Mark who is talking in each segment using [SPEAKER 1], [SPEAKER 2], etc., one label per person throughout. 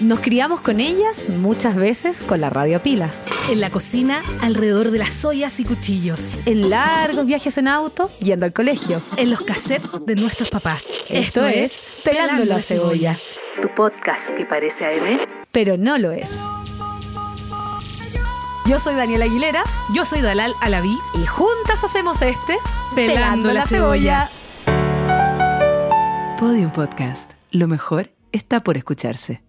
[SPEAKER 1] Nos criamos con ellas muchas veces con la radio a pilas.
[SPEAKER 2] En la cocina, alrededor de las ollas y cuchillos.
[SPEAKER 1] En largos viajes en auto, yendo al colegio.
[SPEAKER 2] En los cassettes de nuestros papás.
[SPEAKER 1] Esto, es Pelando la Cebolla.
[SPEAKER 3] Tu podcast que parece AM.
[SPEAKER 1] Pero no lo es. Yo soy Daniela Aguilera
[SPEAKER 2] Yo soy Dalal Alaví.
[SPEAKER 1] y juntas hacemos este
[SPEAKER 2] Pelando la Cebolla.
[SPEAKER 3] Podium Podcast. Lo mejor está por escucharse.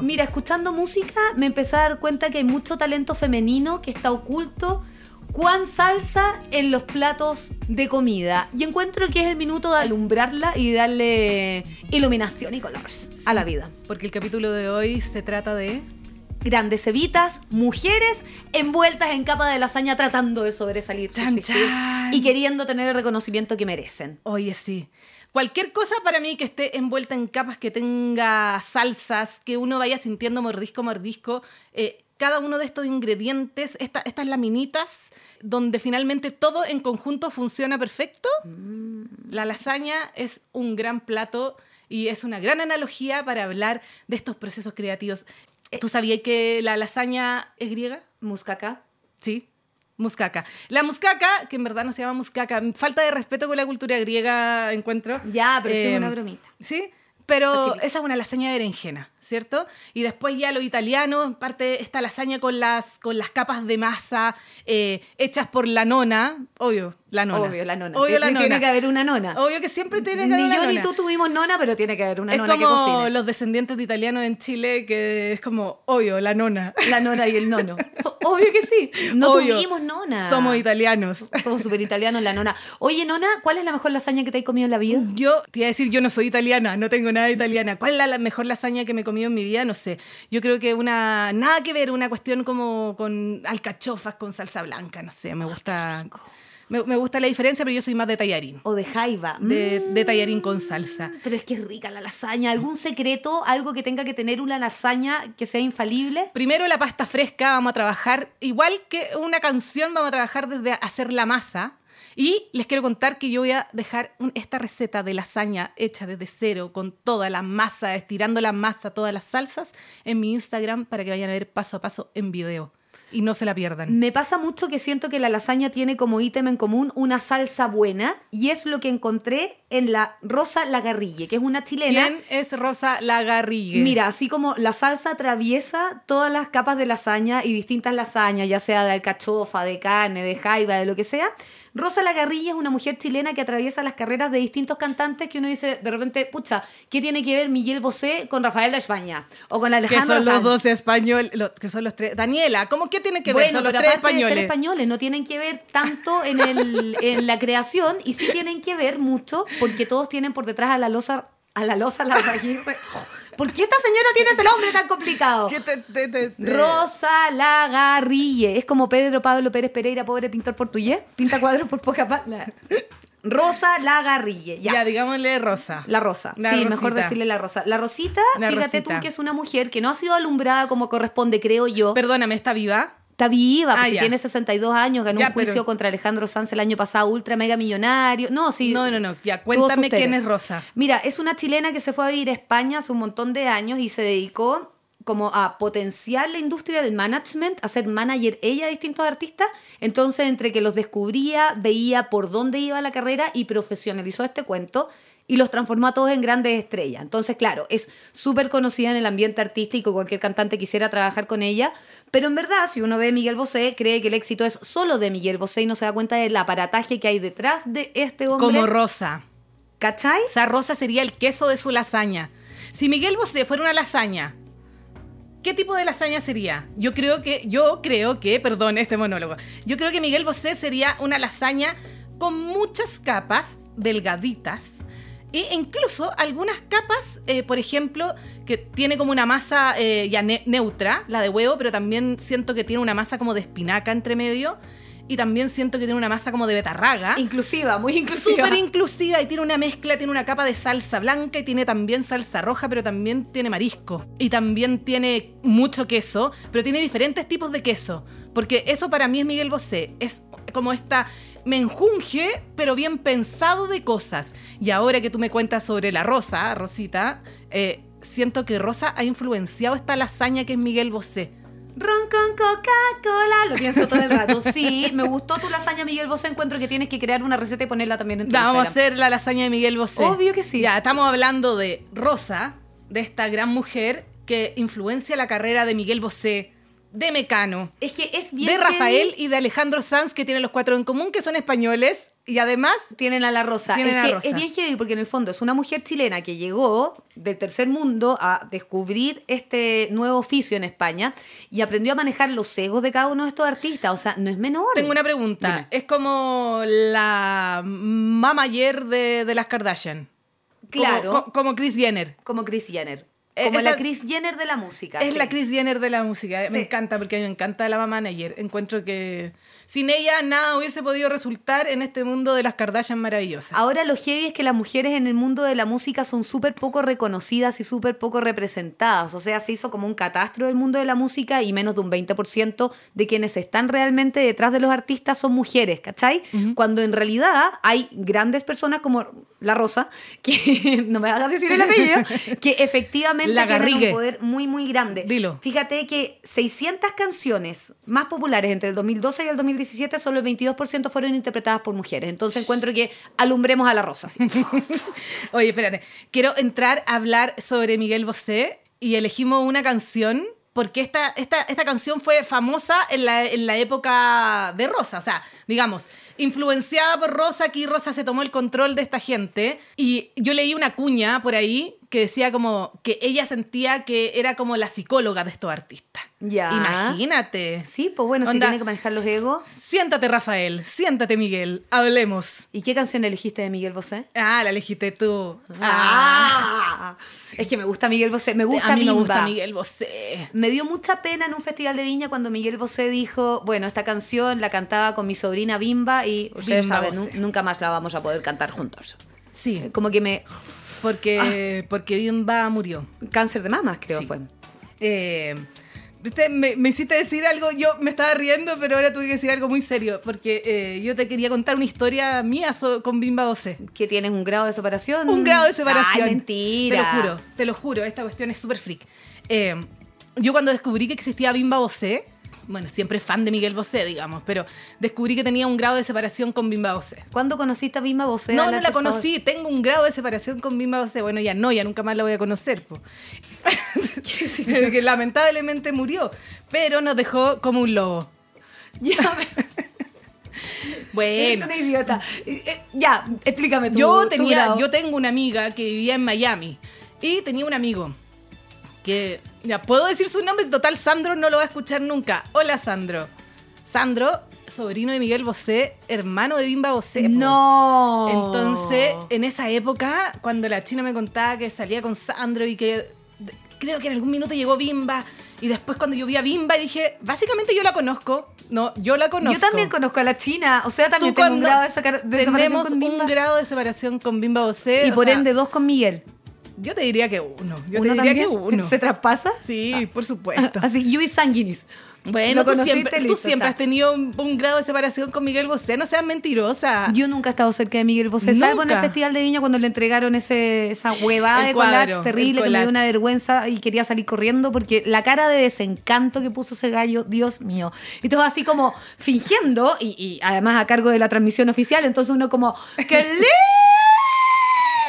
[SPEAKER 1] Mira, escuchando música me empecé a dar cuenta que hay mucho talento femenino que está oculto. Cuán salsa en los platos de comida. Y encuentro que es el minuto de alumbrarla y darle iluminación y color a la vida.
[SPEAKER 2] Porque el capítulo de hoy se trata de.
[SPEAKER 1] Grandes cevitas, mujeres envueltas en capa de lasaña tratando de sobresalir
[SPEAKER 2] Chan,
[SPEAKER 1] subsistir,
[SPEAKER 2] chan.
[SPEAKER 1] y queriendo tener el reconocimiento que merecen.
[SPEAKER 2] Oye, sí. Cualquier cosa para mí que esté envuelta en capas, que tenga salsas, que uno vaya sintiendo mordisco, mordisco. eh, cada uno de estos ingredientes, esta- estas laminitas, donde finalmente todo en conjunto funciona perfecto. La lasaña es un gran plato y es una gran analogía para hablar de estos procesos creativos. Eh, ¿Tú sabías que la lasaña es griega?
[SPEAKER 1] Muscaca.
[SPEAKER 2] Sí, muscaca. La muscaca, que en verdad no se llama muscaca, falta de respeto con la cultura griega, encuentro.
[SPEAKER 1] Ya, pero sí es
[SPEAKER 2] Eh,
[SPEAKER 1] una bromita.
[SPEAKER 2] Sí, pero
[SPEAKER 1] Así que-
[SPEAKER 2] esa es una lasaña de berenjena, ¿cierto? Y después ya lo italiano, parte esta lasaña con las, con las capas de masa eh, hechas por la nona, obvio, la nona.
[SPEAKER 1] Obvio, la nona.
[SPEAKER 2] Obvio, la
[SPEAKER 1] Tiene- Tiene
[SPEAKER 2] nona.
[SPEAKER 1] que haber una nona.
[SPEAKER 2] Obvio que siempre tiene que
[SPEAKER 1] Ni
[SPEAKER 2] haber una
[SPEAKER 1] yo ni
[SPEAKER 2] nona.
[SPEAKER 1] tú tuvimos nona, pero tiene que haber una
[SPEAKER 2] Es
[SPEAKER 1] nona que
[SPEAKER 2] como
[SPEAKER 1] cocine.
[SPEAKER 2] los descendientes de italianos en Chile, que es como, obvio, la nona.
[SPEAKER 1] La nona y el nono. O- Obvio que sí. No
[SPEAKER 2] Obvio,
[SPEAKER 1] tuvimos nona.
[SPEAKER 2] Somos italianos.
[SPEAKER 1] Somos súper italianos, la nona. Oye, nona, ¿cuál es la mejor lasaña que te has comido en la vida?
[SPEAKER 2] Yo te iba a decir, yo no soy italiana, no tengo nada de italiana. ¿Cuál es la, la mejor lasaña que me he comido en mi vida? No sé. Yo creo que una. Nada que ver, una cuestión como con alcachofas, con salsa blanca, no sé. Me gusta. Me, me gusta la diferencia, pero yo soy más de tallarín.
[SPEAKER 1] O de jaiba.
[SPEAKER 2] De,
[SPEAKER 1] Mm,
[SPEAKER 2] de tallarín con salsa.
[SPEAKER 1] Pero es que es rica la lasaña. ¿Algún secreto? ¿Algo que tenga que tener una lasaña que sea infalible?
[SPEAKER 2] Primero la pasta fresca, vamos a trabajar, igual que una canción, vamos a trabajar desde hacer la masa. Y les quiero contar que yo voy a dejar un- esta receta de lasaña hecha desde cero, con toda la masa, estirando la masa, todas las salsas, en mi Instagram para que vayan a ver paso a paso en video. Y no se la pierdan.
[SPEAKER 1] Me pasa mucho que siento que la lasaña tiene como ítem en común una salsa buena y es lo que encontré en la Rosa Lagarrille, que es una chilena.
[SPEAKER 2] ¿Quién es Rosa Lagarrigue?
[SPEAKER 1] Mira, así como la salsa atraviesa todas las capas de lasaña y distintas lasañas, ya sea de alcachofa, de carne, de jaiba, de lo que sea. Rosa Lagarrilla es una mujer chilena que atraviesa las carreras de distintos cantantes que uno dice de repente, pucha, ¿qué tiene que ver Miguel Bosé con Rafael de España? O con
[SPEAKER 2] que
[SPEAKER 1] Alejandro
[SPEAKER 2] son los
[SPEAKER 1] Sanz?
[SPEAKER 2] dos españoles, los- que son los tres. Daniela, ¿cómo qué tienen que ver?
[SPEAKER 1] bueno,
[SPEAKER 2] Son los
[SPEAKER 1] pero
[SPEAKER 2] tres
[SPEAKER 1] aparte de ser
[SPEAKER 2] españoles.
[SPEAKER 1] españoles, no tienen que ver tanto en, el- en la creación y sí tienen que ver mucho porque todos tienen por detrás a la losa, a la losa Lagarrille. ¿Por qué esta señora tiene ese nombre tan complicado?
[SPEAKER 2] ¿Qué te- te- te- te-
[SPEAKER 1] Rosa Lagarrille. Es como Pedro Pablo Pérez Pereira, pobre pintor portugués. Pinta cuadros por poca pa- la- Rosa Lagarrille. Ya.
[SPEAKER 2] Ya. digámosle Rosa.
[SPEAKER 1] La Rosa.
[SPEAKER 2] La
[SPEAKER 1] sí, mejor
[SPEAKER 2] Rosita.
[SPEAKER 1] decirle la Rosa. La Rosita,
[SPEAKER 2] La
[SPEAKER 1] fíjate
[SPEAKER 2] Rosita.
[SPEAKER 1] tú que es una mujer que no ha sido alumbrada como corresponde, creo yo.
[SPEAKER 2] Perdóname, ¿está viva?
[SPEAKER 1] Está viva, pues
[SPEAKER 2] Ah,
[SPEAKER 1] si
[SPEAKER 2] ya.
[SPEAKER 1] tiene 62 años, ganó
[SPEAKER 2] Ya,
[SPEAKER 1] un juicio
[SPEAKER 2] pero-
[SPEAKER 1] contra Alejandro Sanz el año pasado, ultra mega millonario. No, sí.
[SPEAKER 2] No, no, no, ya,
[SPEAKER 1] tuvo sus
[SPEAKER 2] cuéntame
[SPEAKER 1] temas.
[SPEAKER 2] quién es Rosa.
[SPEAKER 1] Mira, es una chilena que se fue a vivir a España hace un montón de años y se dedicó como a potenciar la industria del management, a ser manager ella de distintos artistas. Entonces, entre que los descubría, veía por dónde iba la carrera y profesionalizó este cuento y los transformó a todos en grandes estrellas. Entonces, claro, es súper conocida en el ambiente artístico, cualquier cantante quisiera trabajar con ella, pero en verdad, si uno ve a Miguel Bosé, cree que el éxito es solo de Miguel Bosé y no se da cuenta del aparataje que hay detrás de este hombre.
[SPEAKER 2] Como Rosa.
[SPEAKER 1] ¿Cachai?
[SPEAKER 2] O sea, Rosa sería el queso de su lasaña. Si Miguel Bosé fuera una lasaña, ¿qué tipo de lasaña sería? Yo creo que, yo creo que, perdón, este monólogo. Yo creo que Miguel Bosé sería una lasaña con muchas capas delgaditas. E incluso algunas capas, eh, por ejemplo, que tiene como una masa eh, ya ne- neutra, la de huevo, pero también siento que tiene una masa como de espinaca entre medio. Y también siento que tiene una masa como de betarraga.
[SPEAKER 1] Inclusiva, muy inclusiva.
[SPEAKER 2] Ah. Súper inclusiva y tiene una mezcla, tiene una capa de salsa blanca y tiene también salsa roja, pero también tiene marisco. Y también tiene mucho queso, pero tiene diferentes tipos de queso. Porque eso para mí es Miguel Bosé. Es como esta menjunje, pero bien pensado de cosas. Y ahora que tú me cuentas sobre la rosa, Rosita, eh, siento que Rosa ha influenciado esta lasaña que es Miguel Bosé.
[SPEAKER 1] Ron con Coca-Cola. Lo pienso todo el rato. Sí, me gustó tu lasaña, Miguel Bosé. Encuentro que tienes que crear una receta y ponerla también en tu
[SPEAKER 2] Vamos a
[SPEAKER 1] Instagram.
[SPEAKER 2] hacer la lasaña de Miguel Bosé.
[SPEAKER 1] Obvio que sí.
[SPEAKER 2] Ya, estamos hablando de Rosa, de esta gran mujer que influencia la carrera de Miguel Bosé, de Mecano,
[SPEAKER 1] Es que es bien
[SPEAKER 2] de
[SPEAKER 1] heavy.
[SPEAKER 2] Rafael y de Alejandro Sanz, que tienen los cuatro en común, que son españoles, y además
[SPEAKER 1] Tienen a la rosa.
[SPEAKER 2] Tienen
[SPEAKER 1] es
[SPEAKER 2] a
[SPEAKER 1] que
[SPEAKER 2] la Rosa.
[SPEAKER 1] es bien heavy porque en el fondo es una mujer chilena que llegó del tercer mundo a descubrir este nuevo oficio en España y aprendió a manejar los egos de cada uno de estos artistas. O sea, no es menor.
[SPEAKER 2] tengo una pregunta.
[SPEAKER 1] Dime.
[SPEAKER 2] Es como la mamayer de, de las Kardashian. Como-
[SPEAKER 1] Claro.
[SPEAKER 2] co-
[SPEAKER 1] Como,
[SPEAKER 2] Como, Chris Jenner.
[SPEAKER 1] Kris Jenner.
[SPEAKER 2] Eh,
[SPEAKER 1] Como
[SPEAKER 2] esa-
[SPEAKER 1] la Kris Jenner de la música.
[SPEAKER 2] Es
[SPEAKER 1] sí.
[SPEAKER 2] la Chris Jenner de la música. Me
[SPEAKER 1] Sí.
[SPEAKER 2] encanta, porque a mí me encanta la mamá manager. Encuentro que sin ella nada hubiese podido resultar en este mundo de las Kardashian maravillosas.
[SPEAKER 1] Ahora lo heavy es que las mujeres en el mundo de la música son súper poco reconocidas y súper poco representadas. O sea, se hizo como un catastro del mundo de la música y menos de un 20% de quienes están realmente detrás de los artistas son mujeres, ¿cachai? Cuando en realidad hay grandes personas como La Rosa, que no me hagas decir el apellido, que efectivamente
[SPEAKER 2] La
[SPEAKER 1] tienen
[SPEAKER 2] Garrigue.
[SPEAKER 1] un poder muy, muy grande.
[SPEAKER 2] Dilo.
[SPEAKER 1] Fíjate que 600 canciones más populares entre el 2012 y el 2017, solo el 22% fueron interpretadas por mujeres. Entonces encuentro que alumbremos a la rosa. sí.
[SPEAKER 2] Oye, espérate. Quiero entrar a hablar sobre Miguel Bosé y elegimos una canción porque esta, esta, esta canción fue famosa en la, en la época de Rosa. O sea, digamos, influenciada por Rosa, aquí Rosa se tomó el control de esta gente. Y yo leí una cuña por ahí que decía como que ella sentía que era como la psicóloga de estos artistas.
[SPEAKER 1] Ya.
[SPEAKER 2] Imagínate.
[SPEAKER 1] Sí, pues bueno, se
[SPEAKER 2] Onda.
[SPEAKER 1] tiene que manejar los egos.
[SPEAKER 2] Siéntate, Rafael. Siéntate, Miguel. Hablemos.
[SPEAKER 1] ¿Y qué canción elegiste de Miguel Bosé?
[SPEAKER 2] Ah, la elegiste tú.
[SPEAKER 1] Ah. Es que me gusta Miguel Bosé, me gusta
[SPEAKER 2] a mí me
[SPEAKER 1] Bimba.
[SPEAKER 2] gusta Miguel Bosé.
[SPEAKER 1] Me dio mucha pena en un festival de Viña cuando Miguel Bosé dijo, bueno, esta canción la cantaba con mi sobrina Bimba y ustedes
[SPEAKER 2] Bimba
[SPEAKER 1] saben, nu-
[SPEAKER 2] Bosé.
[SPEAKER 1] nunca más la vamos a poder cantar juntos.
[SPEAKER 2] Sí,
[SPEAKER 1] Como que me... Ah.
[SPEAKER 2] porque, porque Bimba murió.
[SPEAKER 1] Cáncer de mamas, creo
[SPEAKER 2] Sí.
[SPEAKER 1] fue.
[SPEAKER 2] Eh, viste, me, me hiciste decir algo, yo me estaba riendo, pero ahora tuve que decir algo muy serio, porque eh, yo te quería contar una historia mía so- con Bimba Bosé.
[SPEAKER 1] que tienes un grado de separación.
[SPEAKER 2] Un grado de separación.
[SPEAKER 1] Mm. Ay, mentira.
[SPEAKER 2] Te lo juro, te lo juro, esta cuestión es súper freak. Eh, yo cuando descubrí que existía Bimba Bosé, bueno, siempre fan de Miguel Bosé, digamos, pero descubrí que tenía un grado de separación con Bimba Bosé.
[SPEAKER 1] ¿Cuándo conociste a Bimba Bosé?
[SPEAKER 2] No,
[SPEAKER 1] Alan,
[SPEAKER 2] no la
[SPEAKER 1] por favor?
[SPEAKER 2] conocí, tengo un grado de separación con Bimba Bosé. Bueno, ya no, ya nunca más la voy a conocer. po. que lamentablemente murió, pero nos dejó como un lobo.
[SPEAKER 1] Ya, pero eres
[SPEAKER 2] Bueno,
[SPEAKER 1] una idiota. Eh, eh, Ya, explícame tú.
[SPEAKER 2] yo, tenía, yo tengo una amiga que vivía en Miami y tenía un amigo que, ya puedo decir su nombre, total, Sandro no lo va a escuchar nunca. Hola, Sandro. Sandro, sobrino de Miguel Bosé, hermano de Bimba Bosé. po.
[SPEAKER 1] No.
[SPEAKER 2] eh, Entonces, eh,
[SPEAKER 1] Oh.
[SPEAKER 2] en esa época, cuando la china me contaba que salía con Sandro y que de- creo que en algún minuto llegó Bimba, y después cuando yo vi a Bimba dije, básicamente yo la conozco. No, yo la
[SPEAKER 1] Yo
[SPEAKER 2] conozco.
[SPEAKER 1] también conozco a la China. O sea, también
[SPEAKER 2] Tú
[SPEAKER 1] tengo un
[SPEAKER 2] cuando-
[SPEAKER 1] grado de, sacar, de separación
[SPEAKER 2] tenemos
[SPEAKER 1] con Bimba.
[SPEAKER 2] un grado de separación con Bimba Bosé.
[SPEAKER 1] y
[SPEAKER 2] o
[SPEAKER 1] por
[SPEAKER 2] sea,
[SPEAKER 1] ende, dos con Miguel.
[SPEAKER 2] Yo te diría que uno. Yo
[SPEAKER 1] ¿Uno
[SPEAKER 2] te diría que
[SPEAKER 1] también?
[SPEAKER 2] uno.
[SPEAKER 1] ¿Se traspasa?
[SPEAKER 2] Sí, por supuesto.
[SPEAKER 1] Así, you y sanguinis.
[SPEAKER 2] Bueno,
[SPEAKER 1] Lo
[SPEAKER 2] tú
[SPEAKER 1] conociste,
[SPEAKER 2] siempre, tú
[SPEAKER 1] listo,
[SPEAKER 2] siempre
[SPEAKER 1] está.
[SPEAKER 2] has tenido un, un grado de separación con Miguel Bosé. No seas mentirosa.
[SPEAKER 1] Yo nunca he estado cerca de Miguel Bosé, salvo en el
[SPEAKER 2] Ah. Nunca.
[SPEAKER 1] Festival de Viña cuando le entregaron ese, esa huevada
[SPEAKER 2] El
[SPEAKER 1] de
[SPEAKER 2] cuadro,
[SPEAKER 1] collage terrible
[SPEAKER 2] el
[SPEAKER 1] que me dio
[SPEAKER 2] collage.
[SPEAKER 1] una vergüenza y quería salir corriendo porque la cara de desencanto que puso ese gallo, Dios mío. Y todo así como fingiendo, y, y además a cargo de la transmisión oficial, entonces uno como, ¡qué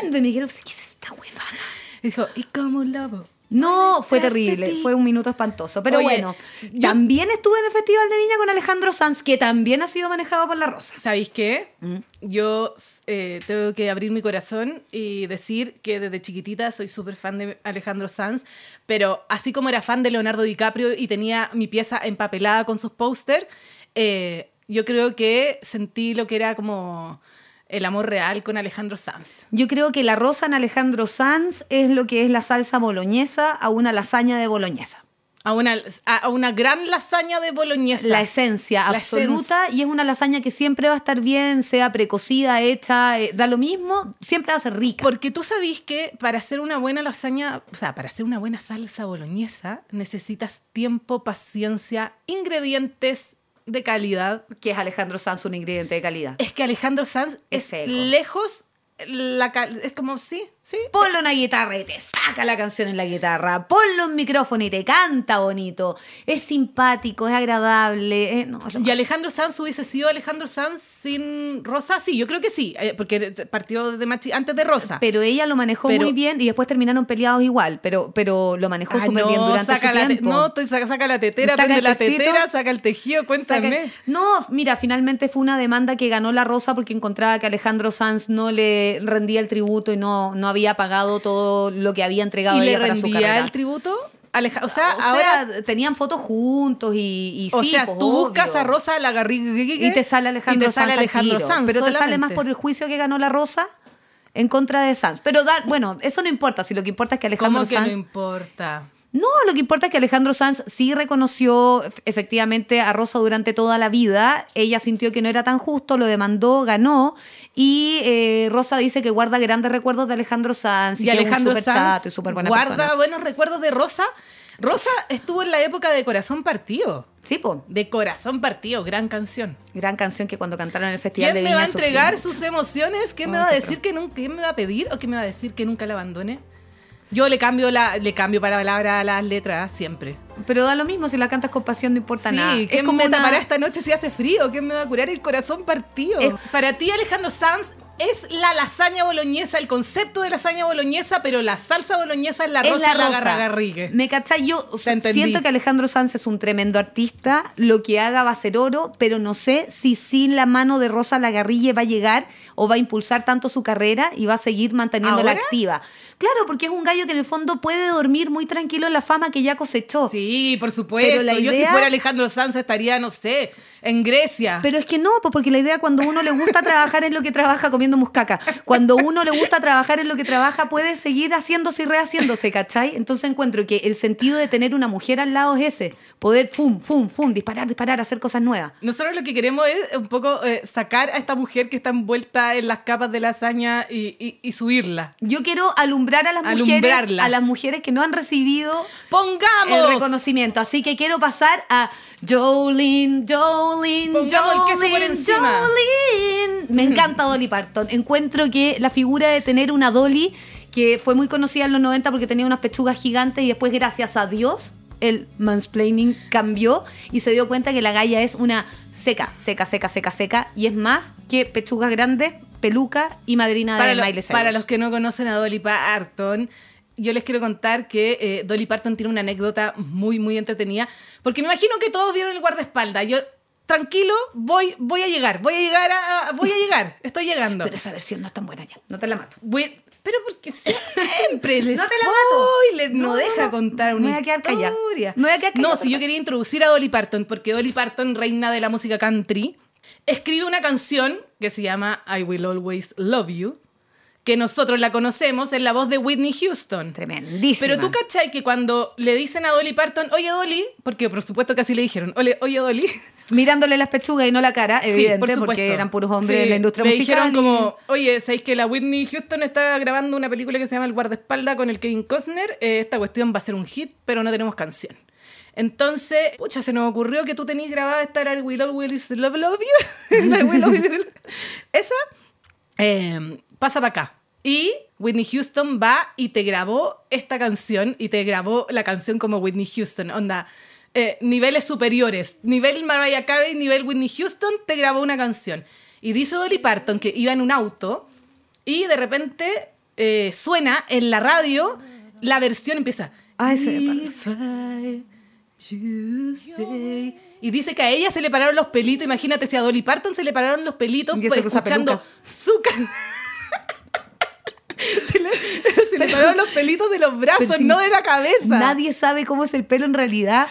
[SPEAKER 1] lindo! Y Miguel Bosé, ¿qué es esta huevada?
[SPEAKER 2] Y Dijo, y como un lobo.
[SPEAKER 1] No, fue
[SPEAKER 2] Tras de
[SPEAKER 1] terrible,
[SPEAKER 2] ti.
[SPEAKER 1] fue un minuto espantoso. Pero
[SPEAKER 2] Oye,
[SPEAKER 1] bueno,
[SPEAKER 2] yo-
[SPEAKER 1] también estuve en el Festival de Viña con Alejandro Sanz, que también ha sido manejado por La Rosa.
[SPEAKER 2] ¿Sabéis qué? Yo eh, tengo que abrir mi corazón y decir que desde chiquitita soy súper fan de Alejandro Sanz, pero así como era fan de Leonardo DiCaprio y tenía mi pieza empapelada con sus póster, eh, yo creo que sentí lo que era como el amor real con Alejandro Sanz.
[SPEAKER 1] Yo creo que la rosa en Alejandro Sanz es lo que es la salsa boloñesa a una lasaña de boloñesa.
[SPEAKER 2] A una, a a una gran lasaña de boloñesa.
[SPEAKER 1] La esencia
[SPEAKER 2] La
[SPEAKER 1] absoluta y es una lasaña que siempre va a estar bien, sea precocida, hecha, eh, da lo mismo, siempre va a ser rica.
[SPEAKER 2] Porque tú sabís que para hacer una buena lasaña, o sea, para hacer una buena salsa boloñesa, necesitas tiempo, paciencia, ingredientes de calidad.
[SPEAKER 1] que es Alejandro Sanz un ingrediente de calidad.
[SPEAKER 2] Es que Alejandro Sanz
[SPEAKER 1] Es
[SPEAKER 2] es,
[SPEAKER 1] seco.
[SPEAKER 2] lejos, la cal- es como, sí, Sí.
[SPEAKER 1] Ponlo una guitarra y te saca la canción en la guitarra. Ponlo un micrófono y te canta bonito. Es simpático, es agradable. eh, no, es lo
[SPEAKER 2] ¿Y
[SPEAKER 1] más.
[SPEAKER 2] Alejandro Sanz hubiese sido Alejandro Sanz sin Rosa? Sí, yo creo que sí, eh, porque partió de machi antes de Rosa.
[SPEAKER 1] Pero ella lo manejó
[SPEAKER 2] Pero-
[SPEAKER 1] muy bien y después terminaron peleados igual, pero, pero lo manejó
[SPEAKER 2] Ay,
[SPEAKER 1] súper bien durante
[SPEAKER 2] Ah, saca
[SPEAKER 1] su
[SPEAKER 2] la te-
[SPEAKER 1] tiempo.
[SPEAKER 2] no, estoy- saca, saca la tetera,
[SPEAKER 1] Saca
[SPEAKER 2] prende
[SPEAKER 1] el
[SPEAKER 2] la
[SPEAKER 1] tecito.
[SPEAKER 2] tetera, saca el tejido,
[SPEAKER 1] Saca-
[SPEAKER 2] cuéntame.
[SPEAKER 1] No, mira, finalmente fue una demanda que ganó la Rosa porque encontraba que Alejandro Sanz no le rendía el tributo y no, no había pagado todo lo que había entregado
[SPEAKER 2] ¿Y le
[SPEAKER 1] ella para su
[SPEAKER 2] rendía
[SPEAKER 1] carrera. Ah,
[SPEAKER 2] el tributo? Aleja- o
[SPEAKER 1] o
[SPEAKER 2] sea,
[SPEAKER 1] sea,
[SPEAKER 2] ahora...
[SPEAKER 1] tenían fotos juntos y, y
[SPEAKER 2] o
[SPEAKER 1] sí,
[SPEAKER 2] sea,
[SPEAKER 1] pues,
[SPEAKER 2] tú buscas
[SPEAKER 1] obvio.
[SPEAKER 2] a Rosa la
[SPEAKER 1] y te sale Alejandro
[SPEAKER 2] y te sale
[SPEAKER 1] Sanz. al
[SPEAKER 2] Alejandro
[SPEAKER 1] tiro.
[SPEAKER 2] Sanz
[SPEAKER 1] pero te sale más
[SPEAKER 2] solamente.
[SPEAKER 1] por el juicio que ganó la Rosa en contra de Sanz. Pero da- bueno, eso no importa, si lo que importa es que Alejandro
[SPEAKER 2] ¿Cómo que
[SPEAKER 1] Sanz
[SPEAKER 2] no importa?
[SPEAKER 1] no, lo que importa es que Alejandro Sanz sí reconoció ef- efectivamente a Rosa durante toda la vida. Ella sintió que no era tan justo, lo demandó, ganó. Y eh, Rosa dice que guarda grandes recuerdos de Alejandro Sanz. Y,
[SPEAKER 2] y
[SPEAKER 1] que
[SPEAKER 2] Alejandro
[SPEAKER 1] es un súper
[SPEAKER 2] Sanz
[SPEAKER 1] chato y súper buena
[SPEAKER 2] guarda
[SPEAKER 1] persona.
[SPEAKER 2] buenos recuerdos de Rosa. Rosa estuvo en la época de Corazón Partido.
[SPEAKER 1] Sí, po.
[SPEAKER 2] De Corazón Partido, gran canción.
[SPEAKER 1] Gran canción que cuando cantaron en el festival
[SPEAKER 2] ¿Quién
[SPEAKER 1] de
[SPEAKER 2] me va a
[SPEAKER 1] Viña sufrí
[SPEAKER 2] entregar
[SPEAKER 1] mucho.
[SPEAKER 2] sus emociones? ¿Quién me
[SPEAKER 1] Ay,
[SPEAKER 2] va a
[SPEAKER 1] qué
[SPEAKER 2] decir que nunca, quién me va a pedir o quién me va a decir que nunca la abandone? Yo le cambio la, le cambio para palabra a las letras siempre.
[SPEAKER 1] Pero da lo mismo, si la cantas con pasión no importa
[SPEAKER 2] sí,
[SPEAKER 1] nada.
[SPEAKER 2] ¿quién me
[SPEAKER 1] una-
[SPEAKER 2] tapará esta noche si hace frío? ¿Quién me va a curar el corazón partido?
[SPEAKER 1] Es-
[SPEAKER 2] Para ti, Alejandro Sanz, es la lasaña boloñesa, el concepto de lasaña boloñesa, pero la salsa boloñesa es la
[SPEAKER 1] Es
[SPEAKER 2] rosa
[SPEAKER 1] la
[SPEAKER 2] la
[SPEAKER 1] rosa.
[SPEAKER 2] garragarrigue.
[SPEAKER 1] Me cachai, yo s-
[SPEAKER 2] entendí.
[SPEAKER 1] siento que Alejandro Sanz es un tremendo artista, lo que haga va a ser oro, pero no sé si sin la mano de Rosa Lagarrille va a llegar o va a impulsar tanto su carrera y va a seguir manteniéndola
[SPEAKER 2] ¿Ahora?
[SPEAKER 1] activa. Claro, porque es un gallo que en el fondo puede dormir muy tranquilo en la fama que ya cosechó.
[SPEAKER 2] Sí, por supuesto.
[SPEAKER 1] Pero la
[SPEAKER 2] Yo si
[SPEAKER 1] idea-
[SPEAKER 2] fuera Alejandro Sanz estaría, no sé, en Grecia.
[SPEAKER 1] Pero es que no, pues porque la idea cuando uno le gusta trabajar es lo que trabaja comiendo muscaca. Cuando uno le gusta trabajar es lo que trabaja, puede seguir haciéndose y rehaciéndose, ¿cachai? Entonces encuentro que el sentido de tener una mujer al lado es ese, poder fum, fum, fum, disparar, disparar, hacer cosas nuevas.
[SPEAKER 2] Nosotros lo que queremos es un poco eh, sacar a esta mujer que está envuelta en las capas de lasaña y, y- y subirla.
[SPEAKER 1] Yo quiero alumbrar a las mujeres,
[SPEAKER 2] Alumbrarlas.
[SPEAKER 1] a las mujeres que no han recibido el
[SPEAKER 2] ¡Pongamos!
[SPEAKER 1] reconocimiento. Así que quiero pasar a Jolene, Jolene,
[SPEAKER 2] Pongamos el queso por
[SPEAKER 1] Jolene,
[SPEAKER 2] encima.
[SPEAKER 1] Jolene. Me encanta Dolly Parton. Encuentro que la figura de tener una Dolly que fue muy conocida en los 90 porque tenía unas pechugas gigantes y después, gracias a Dios, el mansplaining cambió y se dio cuenta que la galla es una seca, seca, seca, seca, seca y es más que pechugas grandes, peluca y madrina
[SPEAKER 2] Para,
[SPEAKER 1] de
[SPEAKER 2] lo-
[SPEAKER 1] Miley Cyrus.
[SPEAKER 2] para los que no conocen a Dolly Parton, yo les quiero contar que eh, Dolly Parton tiene una anécdota muy, muy entretenida, porque me imagino que todos vieron el guardaespaldas. Yo, tranquilo, voy, voy a llegar, voy a llegar, a- a- voy a llegar, estoy llegando.
[SPEAKER 1] Pero esa versión no es tan buena ya, no te la mato.
[SPEAKER 2] Voy- pero porque siempre les
[SPEAKER 1] No te la mato.
[SPEAKER 2] voy, le- no,
[SPEAKER 1] No,
[SPEAKER 2] deja
[SPEAKER 1] no,
[SPEAKER 2] contar
[SPEAKER 1] me
[SPEAKER 2] una
[SPEAKER 1] voy a quedar callada.
[SPEAKER 2] historia.
[SPEAKER 1] Me voy a quedar callada.
[SPEAKER 2] No, si yo quería introducir a Dolly Parton, porque Dolly Parton, reina de la música country, escribe una canción que se llama I Will Always Love You, que nosotros la conocemos en la voz de Whitney Houston.
[SPEAKER 1] Tremendísima.
[SPEAKER 2] Pero tú cachai que cuando le dicen a Dolly Parton, oye Dolly, porque por supuesto que así le dijeron, "Ole, oye Dolly,
[SPEAKER 1] mirándole las pechugas y no la cara,
[SPEAKER 2] Sí,
[SPEAKER 1] evidente,
[SPEAKER 2] por supuesto.
[SPEAKER 1] porque eran puros hombres
[SPEAKER 2] Sí,
[SPEAKER 1] en la industria
[SPEAKER 2] le
[SPEAKER 1] musical.
[SPEAKER 2] dijeron como, oye, ¿sabéis que la Whitney Houston está grabando una película que se llama El guardaespaldas con el Kevin Costner? Eh, esta cuestión va a ser un hit, pero no tenemos canción. Entonces, pucha, se nos ocurrió que tú tenías grabada esta era el Will Always Love Love You. La Will Always- Esa eh, pasa para acá. Y Whitney Houston va y te grabó esta canción y te grabó la canción como Whitney Houston. Onda, eh, niveles superiores. Nivel Mariah Carey, nivel Whitney Houston, te grabó una canción. Y dice Dolly Parton que iba en un auto y de repente eh, suena en la radio la versión empieza.
[SPEAKER 1] Ay, se me paró.
[SPEAKER 2] "If I just stay". Y dice que a ella se le pararon los pelitos. Imagínate, si a Dolly Parton se le pararon los pelitos
[SPEAKER 1] Y eso
[SPEAKER 2] por
[SPEAKER 1] que usa
[SPEAKER 2] pues, escuchando
[SPEAKER 1] peluca.
[SPEAKER 2] su canción. se le, se le pararon los pelitos de los brazos,
[SPEAKER 1] pero si
[SPEAKER 2] no de la cabeza.
[SPEAKER 1] Nadie sabe cómo es el pelo en realidad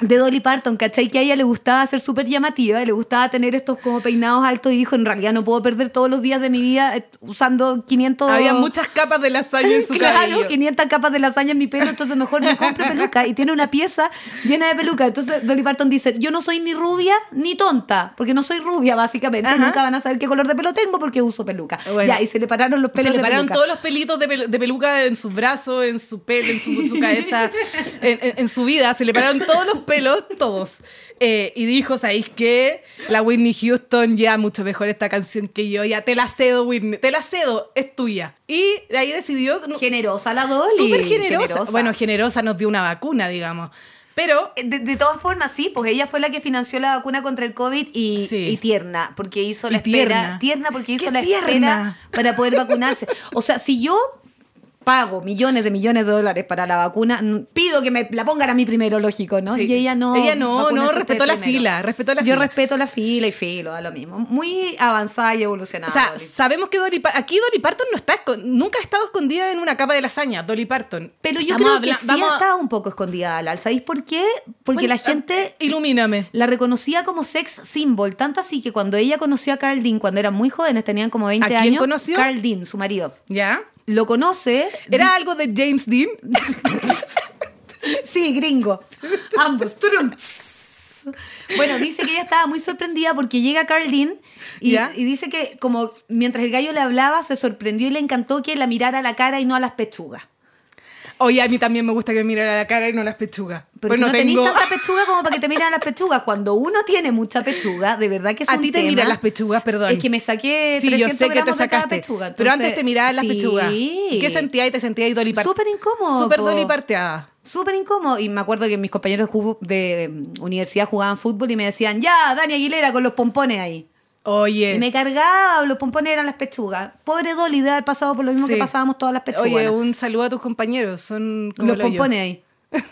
[SPEAKER 1] de Dolly Parton, ¿cachai? Que a ella le gustaba ser súper llamativa y le gustaba tener estos como peinados altos y dijo, en realidad no puedo perder todos los días de mi vida eh, usando 500...
[SPEAKER 2] Había muchas capas de lasaña en su
[SPEAKER 1] claro,
[SPEAKER 2] cabello.
[SPEAKER 1] 500 capas de lasaña en mi pelo, entonces mejor me compro peluca. Y tiene una pieza llena de peluca. Entonces Dolly Parton dice, yo no soy ni rubia ni tonta, porque no soy rubia, básicamente.
[SPEAKER 2] Ajá.
[SPEAKER 1] Nunca van a saber qué color de pelo tengo porque uso peluca.
[SPEAKER 2] Bueno.
[SPEAKER 1] Ya, y se le pararon los pelos
[SPEAKER 2] se le
[SPEAKER 1] de
[SPEAKER 2] pararon
[SPEAKER 1] peluca.
[SPEAKER 2] todos los pelitos de, pel- de peluca en sus brazos, en su pelo, en su, su cabeza, en, en- en su vida. Se le pararon todos los pelos todos. Eh, y dijo, ¿sabéis qué? La Whitney Houston ya mucho mejor esta canción que yo, ya te la cedo, Whitney, te la cedo, es tuya. Y de ahí decidió...
[SPEAKER 1] Generosa la Dolly.
[SPEAKER 2] Súper generosa. Bueno, generosa nos dio una vacuna, digamos. Pero
[SPEAKER 1] Eh, de, de todas formas, sí, pues ella fue la que financió la vacuna contra el COVID y,
[SPEAKER 2] Sí.
[SPEAKER 1] y tierna, porque hizo la
[SPEAKER 2] Y
[SPEAKER 1] espera.
[SPEAKER 2] tierna.
[SPEAKER 1] Tierna, porque hizo
[SPEAKER 2] ¡Qué
[SPEAKER 1] la espera
[SPEAKER 2] tierna!
[SPEAKER 1] para poder vacunarse. O sea, si yo pago millones de millones de dólares para la vacuna, n- pido que me la pongan a mí primero, lógico, ¿no?
[SPEAKER 2] Sí.
[SPEAKER 1] Y ella no.
[SPEAKER 2] Ella no,
[SPEAKER 1] vacúnense
[SPEAKER 2] no,
[SPEAKER 1] ustedes
[SPEAKER 2] respetó la
[SPEAKER 1] primero.
[SPEAKER 2] fila, respetó la
[SPEAKER 1] yo
[SPEAKER 2] fila.
[SPEAKER 1] respeto la fila y filo, da lo mismo. Muy avanzada y evolucionada.
[SPEAKER 2] O sea,
[SPEAKER 1] Dolly.
[SPEAKER 2] sabemos que Dolly Par- aquí Dolly Parton no está escon- nunca ha estado escondida en una capa de lasaña, Dolly Parton.
[SPEAKER 1] pero yo creo
[SPEAKER 2] Estamos
[SPEAKER 1] que
[SPEAKER 2] habla-
[SPEAKER 1] sí
[SPEAKER 2] vamos a-
[SPEAKER 1] está un poco escondida al alza. ¿Sabéis por qué? Porque
[SPEAKER 2] Bueno,
[SPEAKER 1] la gente
[SPEAKER 2] eh, ilumíname.
[SPEAKER 1] La reconocía como sex symbol, tanto así que cuando ella conoció a Carl Dean, cuando eran muy jóvenes, tenían como 20
[SPEAKER 2] ¿A quién
[SPEAKER 1] años.
[SPEAKER 2] conoció?
[SPEAKER 1] Carl Dean, su marido.
[SPEAKER 2] ¿Ya?
[SPEAKER 1] Lo conoce.
[SPEAKER 2] ¿Era algo de James Dean?
[SPEAKER 1] Sí, gringo. Ambos. Turum, tss. Bueno, dice que ella estaba muy sorprendida porque llega Carl Dean y,
[SPEAKER 2] Ya.
[SPEAKER 1] y dice que como mientras el gallo le hablaba, se sorprendió y le encantó que la mirara a la cara y no a las pechugas.
[SPEAKER 2] Oye, a mí también me gusta que me mirara la cara y no las pechugas.
[SPEAKER 1] Porque
[SPEAKER 2] Pues no
[SPEAKER 1] no
[SPEAKER 2] tengo...
[SPEAKER 1] tenés tanta pechuga como para que te miren las pechugas. Cuando uno tiene mucha pechuga, de verdad que es
[SPEAKER 2] A
[SPEAKER 1] un
[SPEAKER 2] ti te
[SPEAKER 1] tema.
[SPEAKER 2] miran las pechugas, perdón.
[SPEAKER 1] Es que me saqué
[SPEAKER 2] Sí, yo
[SPEAKER 1] 300
[SPEAKER 2] sé que te
[SPEAKER 1] gramos de cada
[SPEAKER 2] sacaste.
[SPEAKER 1] pechuga,
[SPEAKER 2] pero
[SPEAKER 1] entonces-
[SPEAKER 2] antes te miraban las
[SPEAKER 1] Sí.
[SPEAKER 2] pechugas. ¿Qué sentía y te sentía y Dolly Parton?
[SPEAKER 1] Súper incómodo,
[SPEAKER 2] Súper
[SPEAKER 1] po.
[SPEAKER 2] Dolly Parteada.
[SPEAKER 1] Súper incómodo. Y me acuerdo que mis compañeros de jugo- de mm, universidad jugaban fútbol y me decían, ya, Dani Aguilera con los pompones ahí.
[SPEAKER 2] Oye.
[SPEAKER 1] Y me cargaba, los pompones eran las pechugas. Pobre Dolly de haber pasado por lo mismo que
[SPEAKER 2] Sí.
[SPEAKER 1] pasábamos todas las pechugas.
[SPEAKER 2] Oye, un saludo a tus compañeros. Son como
[SPEAKER 1] Los
[SPEAKER 2] lo yo.
[SPEAKER 1] pompones ahí.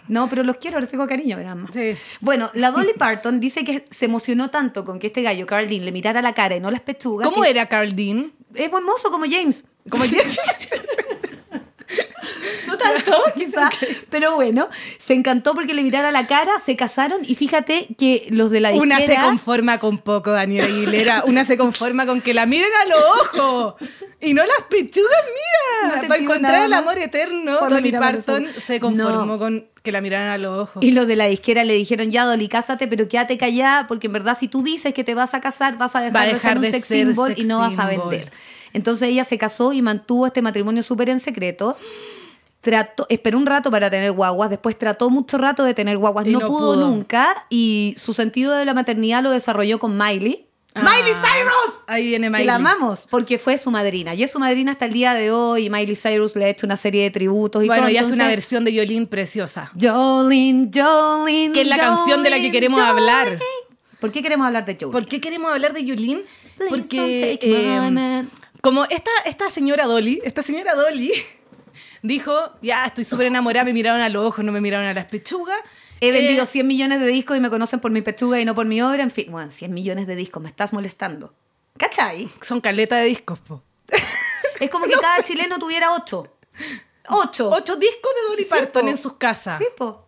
[SPEAKER 1] No, pero los quiero, los tengo cariño, verán más.
[SPEAKER 2] Sí.
[SPEAKER 1] Bueno, la Dolly Parton dice que se emocionó tanto con que este gallo, Carl Dean, le mirara la cara y no las pechugas.
[SPEAKER 2] ¿Cómo
[SPEAKER 1] que
[SPEAKER 2] era Carl Dean?
[SPEAKER 1] Es buen mozo como James.
[SPEAKER 2] Como James-
[SPEAKER 1] No tanto, quizás. Pero bueno, se encantó porque le mirara la cara, se casaron y fíjate que los de la disquera...
[SPEAKER 2] Una se conforma con poco, Daniel Aguilera. Una se conforma con que la miren a los ojos. Y no las pechugas, mira.
[SPEAKER 1] No te
[SPEAKER 2] Para
[SPEAKER 1] pido
[SPEAKER 2] encontrar
[SPEAKER 1] nada
[SPEAKER 2] el
[SPEAKER 1] más.
[SPEAKER 2] amor eterno,
[SPEAKER 1] Solo
[SPEAKER 2] Dolly
[SPEAKER 1] mírame a los
[SPEAKER 2] Parton
[SPEAKER 1] ojos.
[SPEAKER 2] se conformó
[SPEAKER 1] No.
[SPEAKER 2] con que la miraran a los ojos.
[SPEAKER 1] Y los de la disquera le dijeron, ya Dolly, cásate, pero quédate callada, porque en verdad si tú dices que te vas a casar, vas a dejar,
[SPEAKER 2] Va a
[SPEAKER 1] de ser
[SPEAKER 2] dejar
[SPEAKER 1] un
[SPEAKER 2] de
[SPEAKER 1] sex
[SPEAKER 2] ser
[SPEAKER 1] symbol
[SPEAKER 2] sex
[SPEAKER 1] y no vas a
[SPEAKER 2] symbol.
[SPEAKER 1] vender. Entonces ella se casó y mantuvo este matrimonio súper en secreto. Trató, esperó un rato para tener guaguas, después trató mucho rato de tener guaguas,
[SPEAKER 2] Y
[SPEAKER 1] no,
[SPEAKER 2] no
[SPEAKER 1] pudo,
[SPEAKER 2] pudo.
[SPEAKER 1] nunca y su sentido de la maternidad lo desarrolló con Miley.
[SPEAKER 2] Ah,
[SPEAKER 1] ¡Miley Cyrus!
[SPEAKER 2] Ahí viene
[SPEAKER 1] Que
[SPEAKER 2] Miley.
[SPEAKER 1] la amamos porque fue su madrina y es su madrina hasta el día de hoy y Miley Cyrus le ha hecho una serie de tributos y
[SPEAKER 2] Bueno,
[SPEAKER 1] todo.
[SPEAKER 2] ya es una
[SPEAKER 1] entonces-
[SPEAKER 2] versión de Yolín preciosa.
[SPEAKER 1] Jolene, Jolene.
[SPEAKER 2] Que es la canción de la que queremos hablar.
[SPEAKER 1] ¿Por qué queremos hablar de Jolene?
[SPEAKER 2] ¿Por qué queremos hablar de Yulín?
[SPEAKER 1] Please
[SPEAKER 2] Porque
[SPEAKER 1] don't take my
[SPEAKER 2] eh,
[SPEAKER 1] man.
[SPEAKER 2] como esta, esta señora Dolly, esta señora Dolly dijo, ya estoy súper enamorada, me miraron a los ojos, no me miraron a las pechugas.
[SPEAKER 1] He vendido
[SPEAKER 2] Eh,
[SPEAKER 1] 100 millones de discos y me conocen por mi pechuga y no por mi obra. En fin, bueno, 100 millones de discos, me estás molestando. ¿Cachai?
[SPEAKER 2] son caleta de discos, po.
[SPEAKER 1] Es como que cada chileno tuviera 8. 8.
[SPEAKER 2] Ocho discos de Dolly
[SPEAKER 1] Sí,
[SPEAKER 2] Parton
[SPEAKER 1] po.
[SPEAKER 2] en sus casas.
[SPEAKER 1] Sí, po.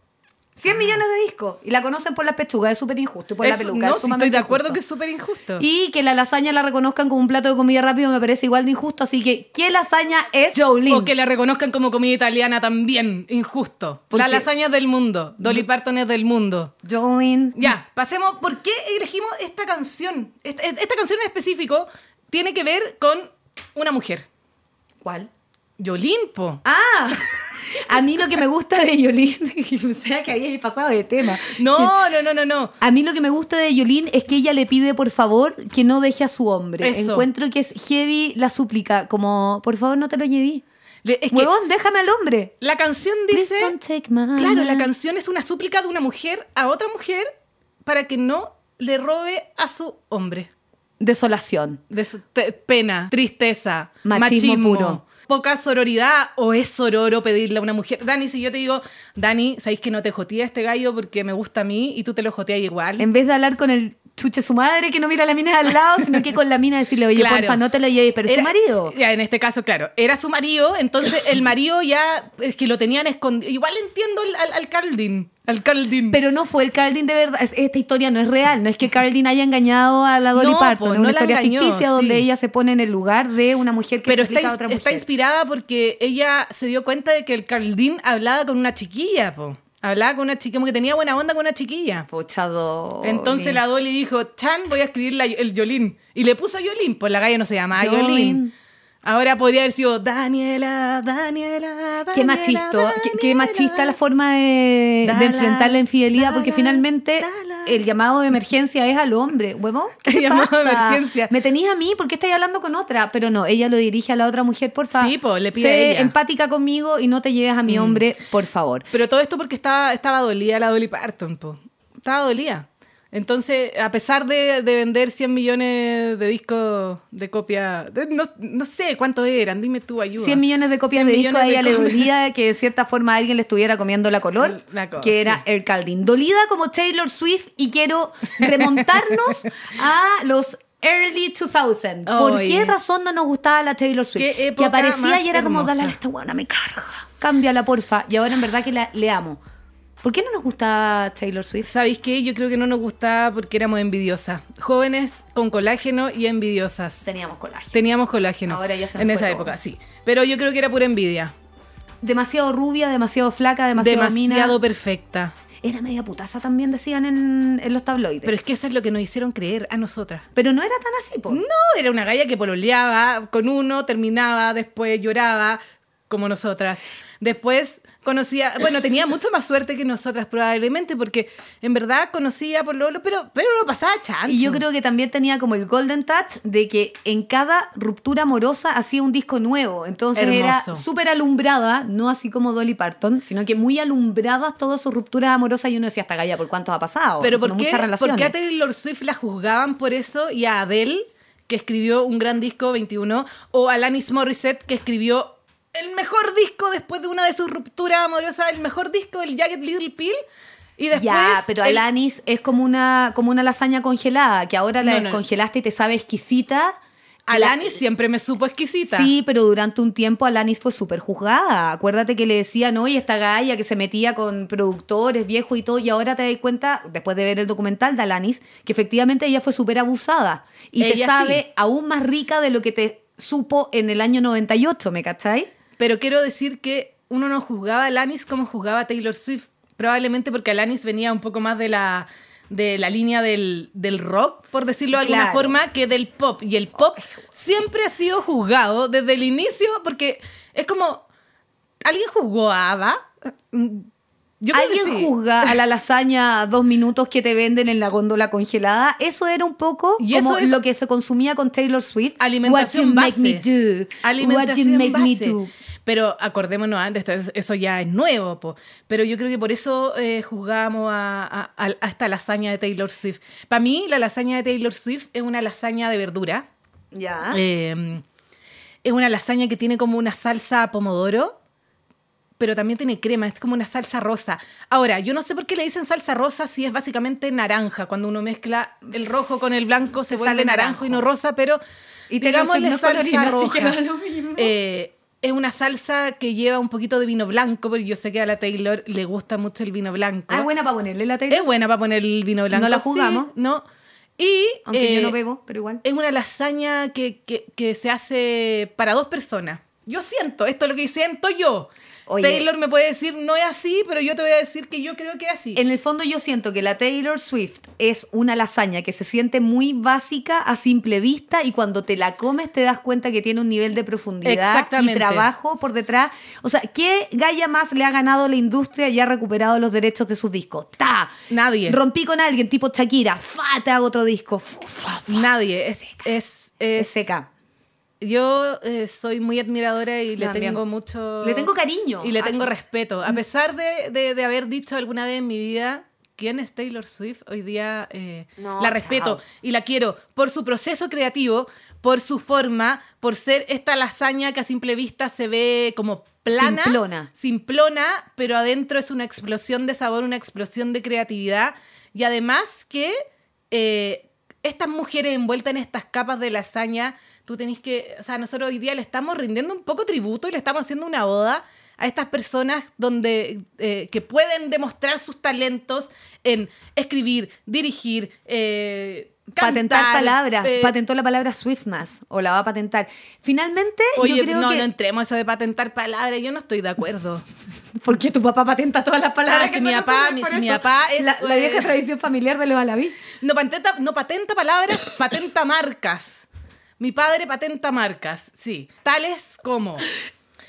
[SPEAKER 1] 100 millones de discos. Y la conocen por las pechugas, es súper injusto. Y por la
[SPEAKER 2] Eso-
[SPEAKER 1] peluca,
[SPEAKER 2] no,
[SPEAKER 1] es
[SPEAKER 2] sí
[SPEAKER 1] sumamente
[SPEAKER 2] estoy de acuerdo
[SPEAKER 1] injusto.
[SPEAKER 2] que es súper injusto.
[SPEAKER 1] Y que la lasaña la reconozcan como un plato de comida rápido me parece igual de injusto. Así que, ¿qué lasaña es Jolene?
[SPEAKER 2] O que la reconozcan como comida italiana también, injusto.
[SPEAKER 1] ¿Por
[SPEAKER 2] La
[SPEAKER 1] qué?
[SPEAKER 2] lasaña es del mundo, Dolly Parton es del mundo.
[SPEAKER 1] Jolene.
[SPEAKER 2] Ya, pasemos. ¿Por qué elegimos esta canción? Esta, esta canción en específico tiene que ver con una mujer.
[SPEAKER 1] ¿Cuál?
[SPEAKER 2] Yolín, po.
[SPEAKER 1] Ah, a mí lo que me gusta de Yolín, o sea que había pasado de tema.
[SPEAKER 2] No, no, no, no, no.
[SPEAKER 1] A mí lo que me gusta de Yolín es que ella le pide por favor que no deje a su hombre.
[SPEAKER 2] Eso.
[SPEAKER 1] Encuentro que es heavy la súplica, como por favor no te lo lleví.
[SPEAKER 2] Le- Es que
[SPEAKER 1] Huevón, déjame al hombre.
[SPEAKER 2] la canción
[SPEAKER 1] Please
[SPEAKER 2] dice.
[SPEAKER 1] don't take my
[SPEAKER 2] Claro, la
[SPEAKER 1] man.
[SPEAKER 2] canción es una súplica de una mujer a otra mujer para que no le robe a su hombre.
[SPEAKER 1] Desolación.
[SPEAKER 2] De su- te- pena, tristeza,
[SPEAKER 1] Machismo
[SPEAKER 2] machismo,
[SPEAKER 1] puro.
[SPEAKER 2] Poca sororidad o es sororo pedirle a una mujer. Dani, si yo te digo, Dani, ¿sabéis que no te jotea este gallo porque me gusta a mí y tú te lo joteas igual?
[SPEAKER 1] En vez de hablar con el chuche su madre que no mira a la mina de al lado, sino que con la mina decirle, oye,
[SPEAKER 2] Claro.
[SPEAKER 1] porfa, no te lo lleves, pero es su
[SPEAKER 2] Era-
[SPEAKER 1] marido.
[SPEAKER 2] Ya, en este caso, claro. Era su marido, entonces el marido ya es que lo tenían escondido. Igual entiendo al, al, al Carl Dean, Al Carl Dean.
[SPEAKER 1] Pero no fue el Carlin de verdad. Es- Esta historia no es real. No es que Carlin haya engañado a la Dolly
[SPEAKER 2] No,
[SPEAKER 1] Parton.
[SPEAKER 2] po,
[SPEAKER 1] es
[SPEAKER 2] no
[SPEAKER 1] una
[SPEAKER 2] la
[SPEAKER 1] historia
[SPEAKER 2] engañó,
[SPEAKER 1] ficticia donde
[SPEAKER 2] sí.
[SPEAKER 1] ella se pone en el lugar de una mujer que
[SPEAKER 2] Pero
[SPEAKER 1] suplica
[SPEAKER 2] está,
[SPEAKER 1] a otra
[SPEAKER 2] ins-
[SPEAKER 1] mujer.
[SPEAKER 2] está inspirada porque ella se dio cuenta de que el Carl Dean hablaba con una chiquilla, po. Hablaba con una chiquilla, como que tenía buena onda con una chiquilla.
[SPEAKER 1] Pochado.
[SPEAKER 2] Entonces la Dolly dijo, Chan, voy a escribir la- el Yolín. Y le puso Yolín, pues la galla no se llamaba Yolín. Ahora podría haber sido Daniela, Daniela, Daniela.
[SPEAKER 1] Qué machista, qué, qué machista la forma de, de
[SPEAKER 2] Dala,
[SPEAKER 1] enfrentar la infidelidad, porque
[SPEAKER 2] dala,
[SPEAKER 1] finalmente
[SPEAKER 2] dala.
[SPEAKER 1] el llamado de emergencia es al hombre. Huevón, ¿qué te
[SPEAKER 2] Llamado de
[SPEAKER 1] pasa?
[SPEAKER 2] emergencia.
[SPEAKER 1] Me tenías a mí, ¿por qué estás hablando con otra? Pero no, ella lo dirige a la otra mujer, por favor.
[SPEAKER 2] Sí, po, le pide
[SPEAKER 1] Sé
[SPEAKER 2] a ella. Mm.
[SPEAKER 1] empática conmigo y no te llegues a mi hombre, por favor.
[SPEAKER 2] Pero todo esto porque estaba, estaba dolida la Dolly Parton, po. Estaba dolida. Entonces, a pesar de, de vender 100 millones de discos de copia, de- no, no sé cuánto eran, dime tú, ayuda.
[SPEAKER 1] 100 millones de copias
[SPEAKER 2] 100
[SPEAKER 1] de disco a
[SPEAKER 2] millones
[SPEAKER 1] ella
[SPEAKER 2] de
[SPEAKER 1] le
[SPEAKER 2] copias. Mm,
[SPEAKER 1] dolía que de cierta forma alguien le estuviera comiendo la color,
[SPEAKER 2] La cosa,
[SPEAKER 1] que era
[SPEAKER 2] sí.
[SPEAKER 1] Air Caldin. Dolida como Taylor Swift y quiero remontarnos a los early 2000. ¿Por
[SPEAKER 2] Ay.
[SPEAKER 1] qué razón no nos gustaba la Taylor Swift?
[SPEAKER 2] Oh, Qué
[SPEAKER 1] Que
[SPEAKER 2] época
[SPEAKER 1] aparecía
[SPEAKER 2] más
[SPEAKER 1] y era como,
[SPEAKER 2] hermosa.
[SPEAKER 1] dale esta buena, me carga. Cámbiala, porfa. Y ahora en verdad que la, le amo. ¿Por qué no nos gusta Taylor Swift?
[SPEAKER 2] ¿Sabéis qué? Yo creo que no nos gustaba porque éramos envidiosas. Jóvenes con colágeno y envidiosas.
[SPEAKER 1] Teníamos colágeno.
[SPEAKER 2] Teníamos colágeno.
[SPEAKER 1] Ahora ya se nos
[SPEAKER 2] En
[SPEAKER 1] fue
[SPEAKER 2] esa
[SPEAKER 1] todo.
[SPEAKER 2] época, sí. Pero yo creo que era pura envidia.
[SPEAKER 1] demasiado rubia, demasiado flaca, demasiado,
[SPEAKER 2] Demasiado,
[SPEAKER 1] mina.
[SPEAKER 2] perfecta.
[SPEAKER 1] Era media putaza también, decían en, en los tabloides.
[SPEAKER 2] Pero es que eso es lo que nos hicieron creer a nosotras.
[SPEAKER 1] Pero no era tan así, po.
[SPEAKER 2] No, era una galla que pololeaba con uno, terminaba, después lloraba, como nosotras. Después conocía, bueno, tenía mucho más suerte que nosotras probablemente, porque en verdad conocía por Lolo, pero, pero lo pasaba chancho.
[SPEAKER 1] Y yo creo que también tenía como el golden touch de que en cada ruptura amorosa hacía un disco nuevo. Entonces era
[SPEAKER 2] Hermoso.
[SPEAKER 1] súper alumbrada, no así como Dolly Parton, sino que muy alumbradas todas sus rupturas amorosas y uno decía, hasta Gaya, ¿por cuántos ha pasado?
[SPEAKER 2] Pero
[SPEAKER 1] Fueron
[SPEAKER 2] ¿por qué,
[SPEAKER 1] muchas
[SPEAKER 2] por
[SPEAKER 1] relaciones.
[SPEAKER 2] qué a Taylor Swift la juzgaban por eso y a Adele, que escribió un gran disco 21, o a Alanis Morissette, que escribió el mejor disco después de una de sus rupturas amorosas, el mejor disco, el Jagged Little Pill? Y después
[SPEAKER 1] ya, pero
[SPEAKER 2] el-
[SPEAKER 1] Alanis es como una, como una lasaña congelada, que ahora la
[SPEAKER 2] No, no.
[SPEAKER 1] descongelaste y te sabe exquisita.
[SPEAKER 2] Alanis siempre me supo exquisita.
[SPEAKER 1] Sí, pero durante un tiempo Alanis fue súper juzgada. Acuérdate que le decían, oye, esta galla que se metía con productores viejos y todo, y ahora te das cuenta, después de ver el documental de Alanis, que efectivamente ella fue súper abusada. Y te
[SPEAKER 2] Ella
[SPEAKER 1] sabe
[SPEAKER 2] sí.
[SPEAKER 1] aún más rica de lo que te supo en el año 98, ¿me cacháis?
[SPEAKER 2] Pero quiero decir que uno no juzgaba a Alanis como juzgaba a Taylor Swift. Probablemente porque Alanis venía un poco más de la, de la línea del, del rock, por decirlo de alguna
[SPEAKER 1] Claro.
[SPEAKER 2] forma, que del pop. Y el pop siempre ha sido juzgado desde el inicio, porque es como. ¿Alguien juzgó a ABBA? Mm, Yo creo que
[SPEAKER 1] ¿Alguien
[SPEAKER 2] sí.
[SPEAKER 1] juzga a la lasaña dos minutos que te venden en la góndola congelada? Eso era un poco
[SPEAKER 2] Y
[SPEAKER 1] como
[SPEAKER 2] eso es-
[SPEAKER 1] lo que se consumía con Taylor Swift. What
[SPEAKER 2] Alimentación
[SPEAKER 1] you
[SPEAKER 2] base.
[SPEAKER 1] make me do. What
[SPEAKER 2] Alimentación
[SPEAKER 1] you make
[SPEAKER 2] base.
[SPEAKER 1] me do.
[SPEAKER 2] Pero acordémonos antes, esto es- eso ya es nuevo, po. pero yo creo que por eso eh, juzgamos a, a- a- a esta lasaña de Taylor Swift. Para mí, la lasaña de Taylor Swift es una lasaña de verdura.
[SPEAKER 1] Ya.
[SPEAKER 2] Eh, es una lasaña que tiene como una salsa a pomodoro, pero también tiene crema, es como una salsa rosa. Ahora, yo no sé por qué le dicen salsa rosa si es básicamente naranja. Cuando uno mezcla el rojo con el blanco se
[SPEAKER 1] Te
[SPEAKER 2] vuelve
[SPEAKER 1] sale
[SPEAKER 2] naranjo y no
[SPEAKER 1] naranjo.
[SPEAKER 2] rosa, pero
[SPEAKER 1] Y Taylor
[SPEAKER 2] digámosle
[SPEAKER 1] Swift no
[SPEAKER 2] salsa
[SPEAKER 1] colorina, así
[SPEAKER 2] roja.
[SPEAKER 1] que da lo mismo.
[SPEAKER 2] Eh, es una salsa que lleva un poquito de vino blanco, porque yo sé que a la Taylor le gusta mucho el vino blanco.
[SPEAKER 1] Ah, es buena para ponerle la Taylor.
[SPEAKER 2] Es buena para poner el vino blanco.
[SPEAKER 1] No la
[SPEAKER 2] sí,
[SPEAKER 1] juzgamos.
[SPEAKER 2] no. Y
[SPEAKER 1] Aunque yo
[SPEAKER 2] eh,
[SPEAKER 1] no bebo, pero igual.
[SPEAKER 2] es una lasaña que, que- que se hace para dos personas. Yo siento, esto es lo que siento yo.
[SPEAKER 1] Oye.
[SPEAKER 2] Taylor me puede decir, no es así, pero yo te voy a decir que yo creo que es así.
[SPEAKER 1] En el fondo yo siento que la Taylor Swift es una lasaña que se siente muy básica a simple vista y cuando te la comes te das cuenta que tiene un nivel de profundidad y
[SPEAKER 2] Exactamente.
[SPEAKER 1] trabajo por detrás. O sea, ¿qué galla más le ha ganado la industria y ha recuperado los derechos de sus discos? ¡Ta!
[SPEAKER 2] Nadie.
[SPEAKER 1] Rompí con alguien tipo Shakira. ¡Fa! Te hago otro disco. Fu, fa, fa.
[SPEAKER 2] Nadie. Es, es,
[SPEAKER 1] Es
[SPEAKER 2] es-
[SPEAKER 1] seca.
[SPEAKER 2] Yo eh, soy muy admiradora y le
[SPEAKER 1] También.
[SPEAKER 2] tengo mucho...
[SPEAKER 1] Le tengo cariño. Ah.
[SPEAKER 2] Y le tengo
[SPEAKER 1] A-
[SPEAKER 2] respeto. A pesar de, de- de haber dicho alguna vez en mi vida quién es Taylor Swift, hoy día eh,
[SPEAKER 1] No,
[SPEAKER 2] la respeto
[SPEAKER 1] chao.
[SPEAKER 2] y la quiero por su proceso creativo, por su forma, por ser esta lasaña que a simple vista se ve como plana.
[SPEAKER 1] Simplona.
[SPEAKER 2] Simplona, pero adentro es una explosión de sabor, una explosión de creatividad. Y además que... eh, estas mujeres envueltas en estas capas de lasaña, tú tenés que, o sea, nosotros hoy día le estamos rindiendo un poco tributo y le estamos haciendo una boda a estas personas donde, eh, que pueden demostrar sus talentos en escribir, dirigir, eh,
[SPEAKER 1] patentar
[SPEAKER 2] cantar,
[SPEAKER 1] palabras.
[SPEAKER 2] eh,
[SPEAKER 1] Patentó la palabra Swift más. O la va a patentar. Finalmente,
[SPEAKER 2] Oye,
[SPEAKER 1] yo creo
[SPEAKER 2] no,
[SPEAKER 1] que.
[SPEAKER 2] no entremos a eso de patentar palabras, yo no estoy de acuerdo.
[SPEAKER 1] Porque tu papá patenta todas las palabras
[SPEAKER 2] Ah,
[SPEAKER 1] que
[SPEAKER 2] que mi
[SPEAKER 1] se le
[SPEAKER 2] papá-
[SPEAKER 1] ocurren,
[SPEAKER 2] mi-
[SPEAKER 1] por
[SPEAKER 2] si mi
[SPEAKER 1] eso.
[SPEAKER 2] papá es,
[SPEAKER 1] La, la
[SPEAKER 2] eh,
[SPEAKER 1] vieja tradición familiar de los alabí.
[SPEAKER 2] No patenta, no patenta palabras, patenta marcas. Mi padre patenta marcas, sí. Tales como.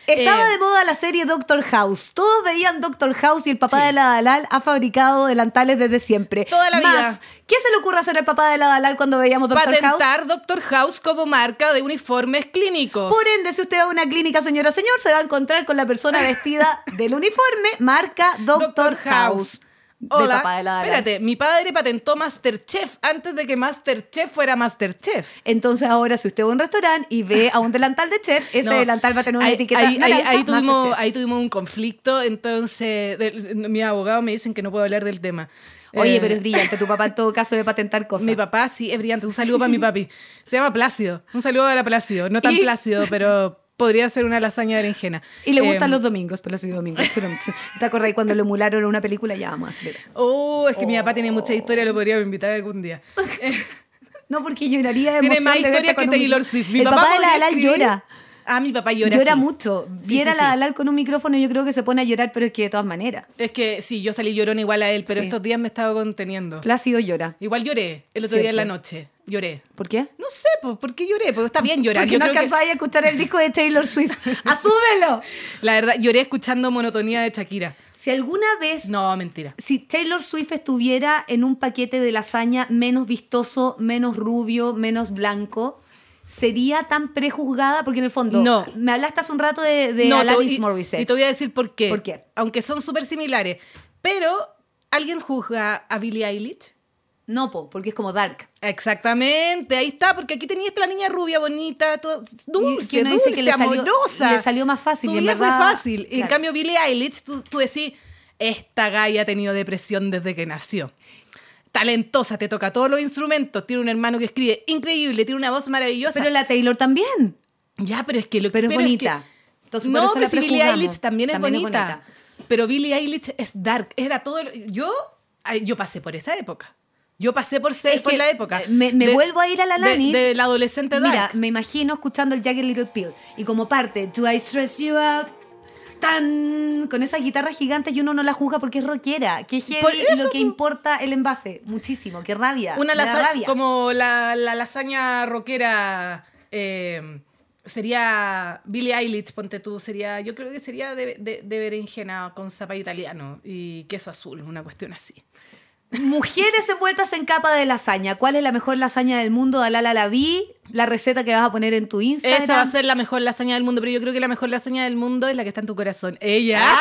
[SPEAKER 1] Estaba
[SPEAKER 2] Eh,
[SPEAKER 1] de moda la serie Doctor House. Todos veían Doctor House y el papá de la Dalal ha fabricado delantales desde siempre.
[SPEAKER 2] Toda la
[SPEAKER 1] Más,
[SPEAKER 2] vida.
[SPEAKER 1] ¿Qué se le ocurre hacer al papá de la Dalal cuando veíamos Doctor House?
[SPEAKER 2] patentar Doctor House como marca de uniformes clínicos.
[SPEAKER 1] Por ende, si usted va a una clínica, señora señor, se va a encontrar con la persona vestida del uniforme marca Doctor, House. del
[SPEAKER 2] Hola.
[SPEAKER 1] papá de la Dalal.
[SPEAKER 2] Espérate, mi padre patentó Masterchef antes de que Masterchef fuera Masterchef.
[SPEAKER 1] Entonces ahora, si usted va a un restaurante y ve a un delantal de chef, ese
[SPEAKER 2] No,
[SPEAKER 1] delantal va a tener una
[SPEAKER 2] ahí-
[SPEAKER 1] etiqueta
[SPEAKER 2] Ahí, ahí-
[SPEAKER 1] naranja,
[SPEAKER 2] ahí tuvimos,
[SPEAKER 1] Masterchef.
[SPEAKER 2] ahí tuvimos un conflicto, entonces del- mi abogado me dicen que no puedo hablar del tema.
[SPEAKER 1] Oye,
[SPEAKER 2] Eh,
[SPEAKER 1] pero es brillante tu papá en todo caso de patentar cosas.
[SPEAKER 2] Mi papá sí es brillante. Un saludo para mi papi. Se llama Plácido. Un saludo para Plácido. No tan
[SPEAKER 1] Y-
[SPEAKER 2] Plácido, pero podría ser una lasaña de berenjena.
[SPEAKER 1] Y le gustan
[SPEAKER 2] Em,
[SPEAKER 1] los domingos, pero sí domingos. ¿Te acordás cuando lo emularon en una película? Ya vamos a hacer.
[SPEAKER 2] Oh, es que mi papá tiene mucha historia, lo podríamos invitar algún día.
[SPEAKER 1] No, porque lloraría de emoción.
[SPEAKER 2] Tiene más
[SPEAKER 1] de verte
[SPEAKER 2] historias
[SPEAKER 1] con
[SPEAKER 2] que
[SPEAKER 1] un
[SPEAKER 2] Taylor
[SPEAKER 1] micrófono.
[SPEAKER 2] Swift. Mi
[SPEAKER 1] el papá, de la
[SPEAKER 2] podría
[SPEAKER 1] Dalal
[SPEAKER 2] escribir-
[SPEAKER 1] llora.
[SPEAKER 2] Ah, mi papá llora.
[SPEAKER 1] Llora,
[SPEAKER 2] sí.
[SPEAKER 1] mucho.
[SPEAKER 2] Sí,
[SPEAKER 1] Viera
[SPEAKER 2] sí,
[SPEAKER 1] la
[SPEAKER 2] sí.
[SPEAKER 1] Dalal con un micrófono, yo creo que se pone a llorar, pero es que de todas maneras.
[SPEAKER 2] Es que sí, yo salí llorona igual a él, pero
[SPEAKER 1] Sí.
[SPEAKER 2] estos días me estaba conteniendo.
[SPEAKER 1] Plácido llora.
[SPEAKER 2] Igual lloré el otro día en la
[SPEAKER 1] Siempre.
[SPEAKER 2] noche. Lloré.
[SPEAKER 1] ¿Por qué?
[SPEAKER 2] No sé, pues, ¿por qué lloré? Porque está bien llorar.
[SPEAKER 1] Porque
[SPEAKER 2] Yo
[SPEAKER 1] no
[SPEAKER 2] creo que-
[SPEAKER 1] alcanzaba a escuchar el disco de Taylor Swift. ¡Asúmelo!
[SPEAKER 2] la verdad, lloré escuchando monotonía de Shakira.
[SPEAKER 1] Si alguna vez
[SPEAKER 2] No, mentira.
[SPEAKER 1] si Taylor Swift estuviera en un paquete de lasaña menos vistoso, menos rubio, menos blanco, sería tan prejuzgada, porque en el fondo,
[SPEAKER 2] No.
[SPEAKER 1] me hablaste hace un rato de, de
[SPEAKER 2] te
[SPEAKER 1] Alanis
[SPEAKER 2] voy-
[SPEAKER 1] Morissette.
[SPEAKER 2] Y te voy a decir por qué.
[SPEAKER 1] ¿Por qué?
[SPEAKER 2] Aunque son súper similares. Pero, ¿alguien juzga a Billie Eilish?
[SPEAKER 1] No, po, porque es como dark.
[SPEAKER 2] Exactamente, ahí está, porque aquí tenías la niña rubia, bonita, todo, dulce,
[SPEAKER 1] que uno dice
[SPEAKER 2] dulce,
[SPEAKER 1] que le salió-
[SPEAKER 2] amorosa.
[SPEAKER 1] le salió más fácil,
[SPEAKER 2] Su
[SPEAKER 1] y en
[SPEAKER 2] vida
[SPEAKER 1] verdad-
[SPEAKER 2] fue fácil. Y En
[SPEAKER 1] claro.
[SPEAKER 2] cambio, Billie Eilish, tú, tú decís, esta gaya ha tenido depresión desde que nació. Talentosa, te toca todos los instrumentos, tiene un hermano que escribe increíble, tiene una voz maravillosa.
[SPEAKER 1] Pero la Taylor también,
[SPEAKER 2] ya, pero es que lo
[SPEAKER 1] pero es
[SPEAKER 2] que-
[SPEAKER 1] bonita. Entonces, por
[SPEAKER 2] no,
[SPEAKER 1] eso
[SPEAKER 2] pero
[SPEAKER 1] la
[SPEAKER 2] si Billie
[SPEAKER 1] prejuzgamos.
[SPEAKER 2] Eilish también, es, bonita,
[SPEAKER 1] bonita.
[SPEAKER 2] Pero Billie Eilish es dark. Era todo. lo- yo, ay, yo pasé por esa época. Yo pasé por, ser,
[SPEAKER 1] Es
[SPEAKER 2] por
[SPEAKER 1] que,
[SPEAKER 2] la época.
[SPEAKER 1] eh, me- me vuelvo a ir a la
[SPEAKER 2] de-
[SPEAKER 1] Lanis.
[SPEAKER 2] De, la adolescente dark.
[SPEAKER 1] Mira, me imagino escuchando el Jagger Little Pill y como parte, Do I Stress You Out? Tan, con esas guitarras gigantes y uno no la juzga porque es rockera. Que heavy
[SPEAKER 2] Por
[SPEAKER 1] y
[SPEAKER 2] eso,
[SPEAKER 1] lo que importa el envase. Muchísimo, qué rabia.
[SPEAKER 2] Una
[SPEAKER 1] me da
[SPEAKER 2] lasaña.
[SPEAKER 1] rabia.
[SPEAKER 2] Como la, la lasaña rockera. eh, sería Billie Eilish, ponte tú. Sería, yo creo que sería de, de- de berenjena con zapallo italiano y queso azul, una cuestión así.
[SPEAKER 1] Mujeres envueltas en capa de lasaña. ¿Cuál es la mejor lasaña del mundo? Alala la vi. La receta que vas a poner en tu Instagram.
[SPEAKER 2] Esa va a ser la mejor lasaña del mundo, pero yo creo que la mejor lasaña del mundo es la que está en tu corazón. Ella.
[SPEAKER 1] Ah,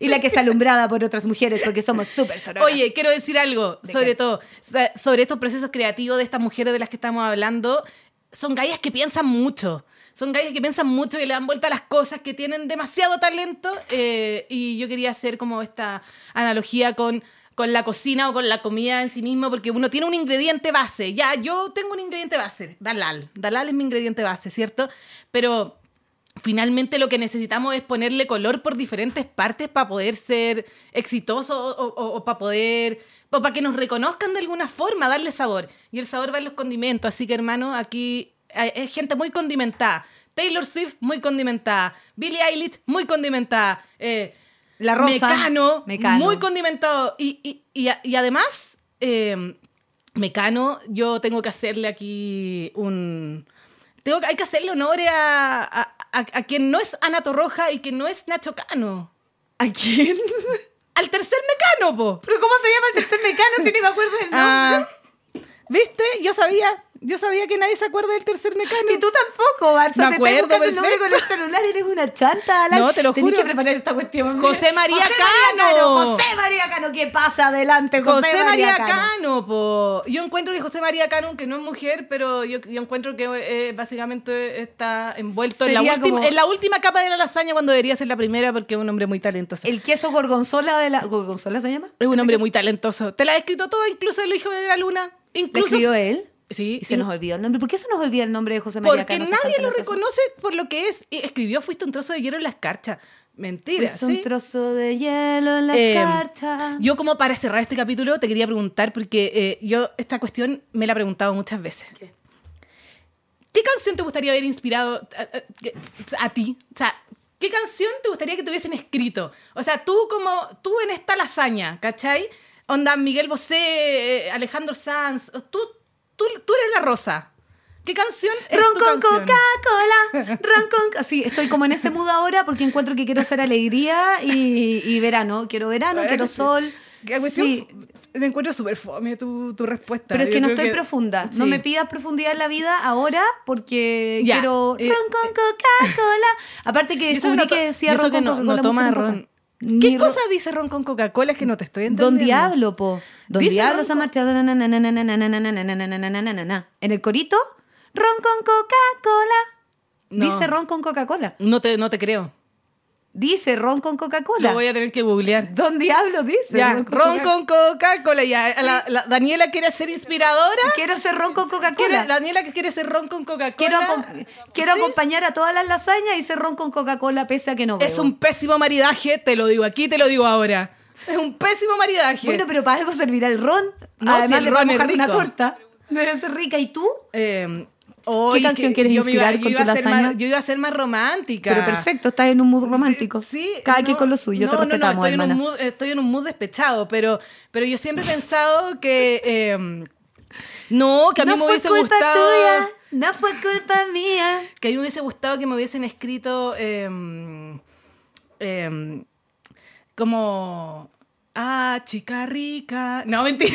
[SPEAKER 1] Y la que está alumbrada por otras mujeres porque somos súper sororas.
[SPEAKER 2] Oye, quiero decir algo,
[SPEAKER 1] ¿De
[SPEAKER 2] sobre
[SPEAKER 1] qué?
[SPEAKER 2] todo, sa- sobre estos procesos creativos de estas mujeres de las que estamos hablando. Son gallas que piensan mucho. Son gallas que piensan mucho, que le dan vuelta a las cosas, que tienen demasiado talento. eh, y yo quería hacer como esta analogía con, con la cocina o con la comida en sí mismo, porque uno tiene un ingrediente base. Ya, yo tengo un ingrediente base, Dalal. Dalal es mi ingrediente base, ¿cierto? Pero Finalmente lo que necesitamos es ponerle color por diferentes partes para poder ser exitoso o, para poder, o para que nos reconozcan de alguna forma, darle sabor. Y el sabor va en los condimentos, así que hermano, aquí hay- es gente muy condimentada. Taylor Swift muy condimentada, Billie Eilish muy condimentada, eh,
[SPEAKER 1] la rosa.
[SPEAKER 2] Mecano,
[SPEAKER 1] Mecano.
[SPEAKER 2] muy condimentado. Y, y- y a- y además, eh, Mecano, yo tengo que hacerle aquí un... Tengo, que- hay que hacerle honores a, a, a- a quien no es Ana Torroja y que no es Nacho Cano.
[SPEAKER 1] ¿A quién?
[SPEAKER 2] Al tercer Mecano, po.
[SPEAKER 1] ¿Pero cómo se llama el tercer mecano si ni me acuerdo del nombre?
[SPEAKER 2] Ah, ¿Viste? Yo sabía. Yo sabía que nadie se acuerda del tercer Mecano.
[SPEAKER 1] Y tú tampoco, Barça.
[SPEAKER 2] Me
[SPEAKER 1] se
[SPEAKER 2] acuerdo,
[SPEAKER 1] está buscando el nombre con
[SPEAKER 2] perfecto.
[SPEAKER 1] el celular. Eres una chanta, Alan.
[SPEAKER 2] No, te lo
[SPEAKER 1] Tenés
[SPEAKER 2] juro.
[SPEAKER 1] que preparar esta cuestión. mira.
[SPEAKER 2] José María Cano.
[SPEAKER 1] José María Cano. ¿Qué pasa? Adelante, José,
[SPEAKER 2] José María Cano, po. Yo encuentro que José María Cano, que no es mujer, pero yo, yo encuentro que eh, básicamente está envuelto en la,
[SPEAKER 1] Sería
[SPEAKER 2] última,
[SPEAKER 1] como-
[SPEAKER 2] en la última capa de la lasaña cuando debería ser la primera porque es un hombre muy talentoso.
[SPEAKER 1] El queso gorgonzola de la... ¿Gorgonzola se llama?
[SPEAKER 2] es un hombre muy talentoso. Te la ha escrito todo, incluso el hijo de la luna.
[SPEAKER 1] Lo
[SPEAKER 2] Incluso
[SPEAKER 1] escribió él.
[SPEAKER 2] Sí,
[SPEAKER 1] Y se
[SPEAKER 2] in-
[SPEAKER 1] nos olvidó el nombre. ¿Por qué se nos olvida el nombre de José María
[SPEAKER 2] porque
[SPEAKER 1] Cano? si es
[SPEAKER 2] nadie
[SPEAKER 1] tan
[SPEAKER 2] lo
[SPEAKER 1] talentoso?
[SPEAKER 2] reconoce por lo que es. Y escribió Fuiste un trozo de hielo en las carchas. Mentira,
[SPEAKER 1] Es un
[SPEAKER 2] ¿sí?
[SPEAKER 1] trozo de hielo en las
[SPEAKER 2] Eh,
[SPEAKER 1] cartas.
[SPEAKER 2] Yo como para cerrar este capítulo te quería preguntar, porque eh, yo esta cuestión me la he preguntado muchas veces. ¿Qué? canción te gustaría haber inspirado a, a- a ti? O sea, ¿qué canción te gustaría que te hubiesen escrito? O sea, tú como, tú en esta lasaña, ¿cachai? Onda Miguel Bosé, eh, Alejandro Sanz, tú, tú, tú eres la rosa. ¿Qué canción es
[SPEAKER 1] Ron
[SPEAKER 2] tu
[SPEAKER 1] con
[SPEAKER 2] canción?
[SPEAKER 1] Coca-Cola, ron con... Sí, estoy como en ese mood ahora porque encuentro que quiero ser alegría y, y verano. Quiero verano,
[SPEAKER 2] Bueno,
[SPEAKER 1] quiero
[SPEAKER 2] sí.
[SPEAKER 1] sol.
[SPEAKER 2] La cuestión,
[SPEAKER 1] Sí,
[SPEAKER 2] me encuentro súper fome tu, tu respuesta.
[SPEAKER 1] pero es
[SPEAKER 2] Yo
[SPEAKER 1] que no
[SPEAKER 2] creo
[SPEAKER 1] estoy profunda. No
[SPEAKER 2] sí.
[SPEAKER 1] me pidas profundidad en la vida ahora porque
[SPEAKER 2] Ya,
[SPEAKER 1] quiero
[SPEAKER 2] eh,
[SPEAKER 1] ron con Coca-Cola. Aparte que
[SPEAKER 2] Y eso
[SPEAKER 1] descubrí
[SPEAKER 2] que no
[SPEAKER 1] que,
[SPEAKER 2] to-
[SPEAKER 1] decía
[SPEAKER 2] y eso
[SPEAKER 1] ron
[SPEAKER 2] que
[SPEAKER 1] con
[SPEAKER 2] no-
[SPEAKER 1] Coca-Cola
[SPEAKER 2] no toma
[SPEAKER 1] mucho
[SPEAKER 2] ron.
[SPEAKER 1] Coca-Cola.
[SPEAKER 2] ¿Qué
[SPEAKER 1] Ni ro-
[SPEAKER 2] cosa dice Ron con Coca-Cola? Es que no te estoy entendiendo.
[SPEAKER 1] Don Diablo, po. Don
[SPEAKER 2] Dice
[SPEAKER 1] Diablo
[SPEAKER 2] ron
[SPEAKER 1] se ha
[SPEAKER 2] con-
[SPEAKER 1] marchado. na, na, na, na, na, na, na, na, na, na, na, na, na, na, na, na. En el corito, ron con Coca-Cola.
[SPEAKER 2] No.
[SPEAKER 1] Dice ron con Coca-Cola.
[SPEAKER 2] No te, no te creo.
[SPEAKER 1] Dice ron con Coca-Cola.
[SPEAKER 2] Lo voy a tener que googlear.
[SPEAKER 1] Don Diablo dice.
[SPEAKER 2] Ya, ron
[SPEAKER 1] Coca-
[SPEAKER 2] con Coca-Cola. Ya, la- la- Daniela quiere ser inspiradora.
[SPEAKER 1] Quiero ser ron con
[SPEAKER 2] Quiere,
[SPEAKER 1] Coca-Cola.
[SPEAKER 2] Daniela que quiere ser ron con Coca-Cola.
[SPEAKER 1] Quiero, acom- quiero acompañar a todas las lasañas y ser ron con Coca-Cola pese a que no veo.
[SPEAKER 2] Es un pésimo maridaje, te lo digo aquí, te lo digo ahora. Es un pésimo maridaje.
[SPEAKER 1] Bueno, pero para algo servirá el ron.
[SPEAKER 2] No, si
[SPEAKER 1] Además
[SPEAKER 2] el
[SPEAKER 1] le
[SPEAKER 2] ron
[SPEAKER 1] podemos
[SPEAKER 2] es
[SPEAKER 1] dejar una
[SPEAKER 2] rico.
[SPEAKER 1] torta. Debe ser rica. ¿Y tú?
[SPEAKER 2] Eh, hoy
[SPEAKER 1] canción
[SPEAKER 2] que
[SPEAKER 1] quieres
[SPEAKER 2] yo me iba-
[SPEAKER 1] inspirar
[SPEAKER 2] yo
[SPEAKER 1] con
[SPEAKER 2] iba
[SPEAKER 1] tu
[SPEAKER 2] a ser
[SPEAKER 1] lasaña?
[SPEAKER 2] más- yo iba a ser más romántica.
[SPEAKER 1] Pero perfecto, estás en un mood romántico.
[SPEAKER 2] Sí,
[SPEAKER 1] Cada
[SPEAKER 2] no,
[SPEAKER 1] quien con lo suyo,
[SPEAKER 2] no,
[SPEAKER 1] te
[SPEAKER 2] no, no,
[SPEAKER 1] respetamos,
[SPEAKER 2] estoy,
[SPEAKER 1] hermana.
[SPEAKER 2] En un mood, estoy en un mood despechado, pero, pero yo siempre he pensado que. eh, no, que a mí
[SPEAKER 1] no
[SPEAKER 2] me
[SPEAKER 1] fue
[SPEAKER 2] hubiese
[SPEAKER 1] culpa
[SPEAKER 2] gustado.
[SPEAKER 1] tuya, no fue culpa mía.
[SPEAKER 2] Que a mí me hubiese gustado que me hubiesen escrito. eh, eh, como. Ah, chica rica. No, mentira.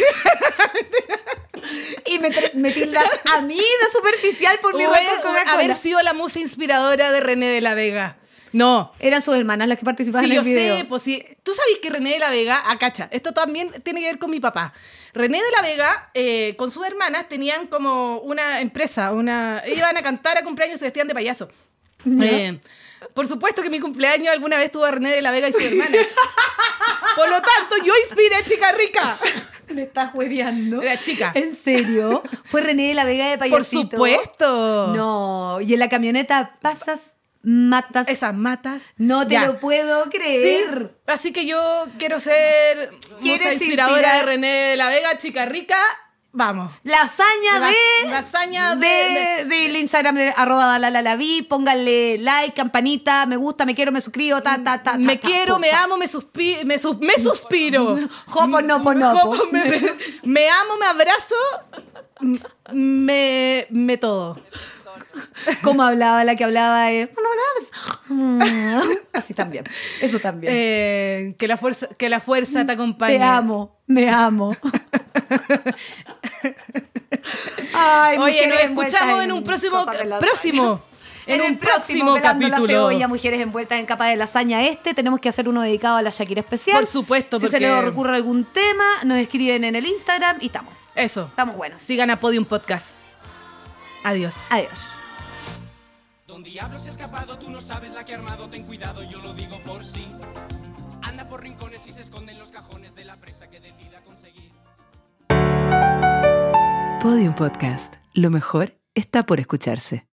[SPEAKER 1] Y me, tra- me tildas a mí de superficial por mi
[SPEAKER 2] Hue-
[SPEAKER 1] ron con
[SPEAKER 2] haber
[SPEAKER 1] Coca-Cola.
[SPEAKER 2] sido la musa inspiradora de René de la Vega. No,
[SPEAKER 1] Eran sus hermanas las que participaban
[SPEAKER 2] Sí,
[SPEAKER 1] en
[SPEAKER 2] yo
[SPEAKER 1] el video.
[SPEAKER 2] sé, pues sí. Tú sabes que René de la Vega, acacha, esto también tiene que ver con mi papá. René de la Vega, eh, con sus hermanas, tenían como una empresa, una iban a cantar a cumpleaños y se vestían de payaso. Eh, por supuesto que mi cumpleaños alguna vez tuvo a René de la Vega y su hermana. Por lo tanto, yo inspiré a Chica Rica.
[SPEAKER 1] Me estás hueveando.
[SPEAKER 2] Era chica.
[SPEAKER 1] ¿En serio? Fue René de la Vega de
[SPEAKER 2] Por
[SPEAKER 1] Payasito.
[SPEAKER 2] supuesto.
[SPEAKER 1] No, y en la camioneta pasas, matas.
[SPEAKER 2] Esas matas.
[SPEAKER 1] No te
[SPEAKER 2] Ya.
[SPEAKER 1] lo puedo
[SPEAKER 2] Sí,
[SPEAKER 1] creer.
[SPEAKER 2] así que yo quiero ser
[SPEAKER 1] ¿Quieres
[SPEAKER 2] musa inspiradora
[SPEAKER 1] inspirar?
[SPEAKER 2] de René de la Vega, chica rica. Vamos.
[SPEAKER 1] Lasaña
[SPEAKER 2] La-
[SPEAKER 1] de.
[SPEAKER 2] lasaña de-
[SPEAKER 1] de- Del Instagram de arroba la, la, la, la vi. Pónganle like, campanita, me gusta, me quiero, me suscribo, ta, ta, ta. ta,
[SPEAKER 2] Me
[SPEAKER 1] ta,
[SPEAKER 2] quiero,
[SPEAKER 1] po,
[SPEAKER 2] me
[SPEAKER 1] ta.
[SPEAKER 2] amo, me, suspi- me, sus- me suspiro.
[SPEAKER 1] Hoponoponopo.
[SPEAKER 2] Hopo- Me, me- me amo, me abrazo, m- me, me todo.
[SPEAKER 1] Como hablaba la que hablaba eh, de. pues, Así también. Eso también.
[SPEAKER 2] Eh, que, la fuerza, que la fuerza te acompañe.
[SPEAKER 1] Te amo, me amo. Ay,
[SPEAKER 2] Oye, nos
[SPEAKER 1] mujeres envueltas
[SPEAKER 2] escuchamos en un próximo.
[SPEAKER 1] cosas de lasaña.
[SPEAKER 2] próximo en, un
[SPEAKER 1] el
[SPEAKER 2] próximo,
[SPEAKER 1] Pelando
[SPEAKER 2] capítulo.
[SPEAKER 1] La cebolla, mujeres envueltas en capa de lasaña este. Tenemos que hacer uno dedicado a la Shakira especial.
[SPEAKER 2] Por supuesto,
[SPEAKER 1] Si se
[SPEAKER 2] porque-
[SPEAKER 1] les ocurre algún tema, nos escriben en el Instagram y estamos.
[SPEAKER 2] Eso.
[SPEAKER 1] Estamos buenas.
[SPEAKER 2] Sigan a Podium Podcast. Adiós.
[SPEAKER 1] Adiós.
[SPEAKER 4] Don Diablo se ha escapado, tú no sabes la que ha armado, ten cuidado, yo lo digo por sí. Anda por rincones y se esconde en los cajones de la presa que decida conseguir.
[SPEAKER 3] Podium Podcast. Lo mejor está por escucharse.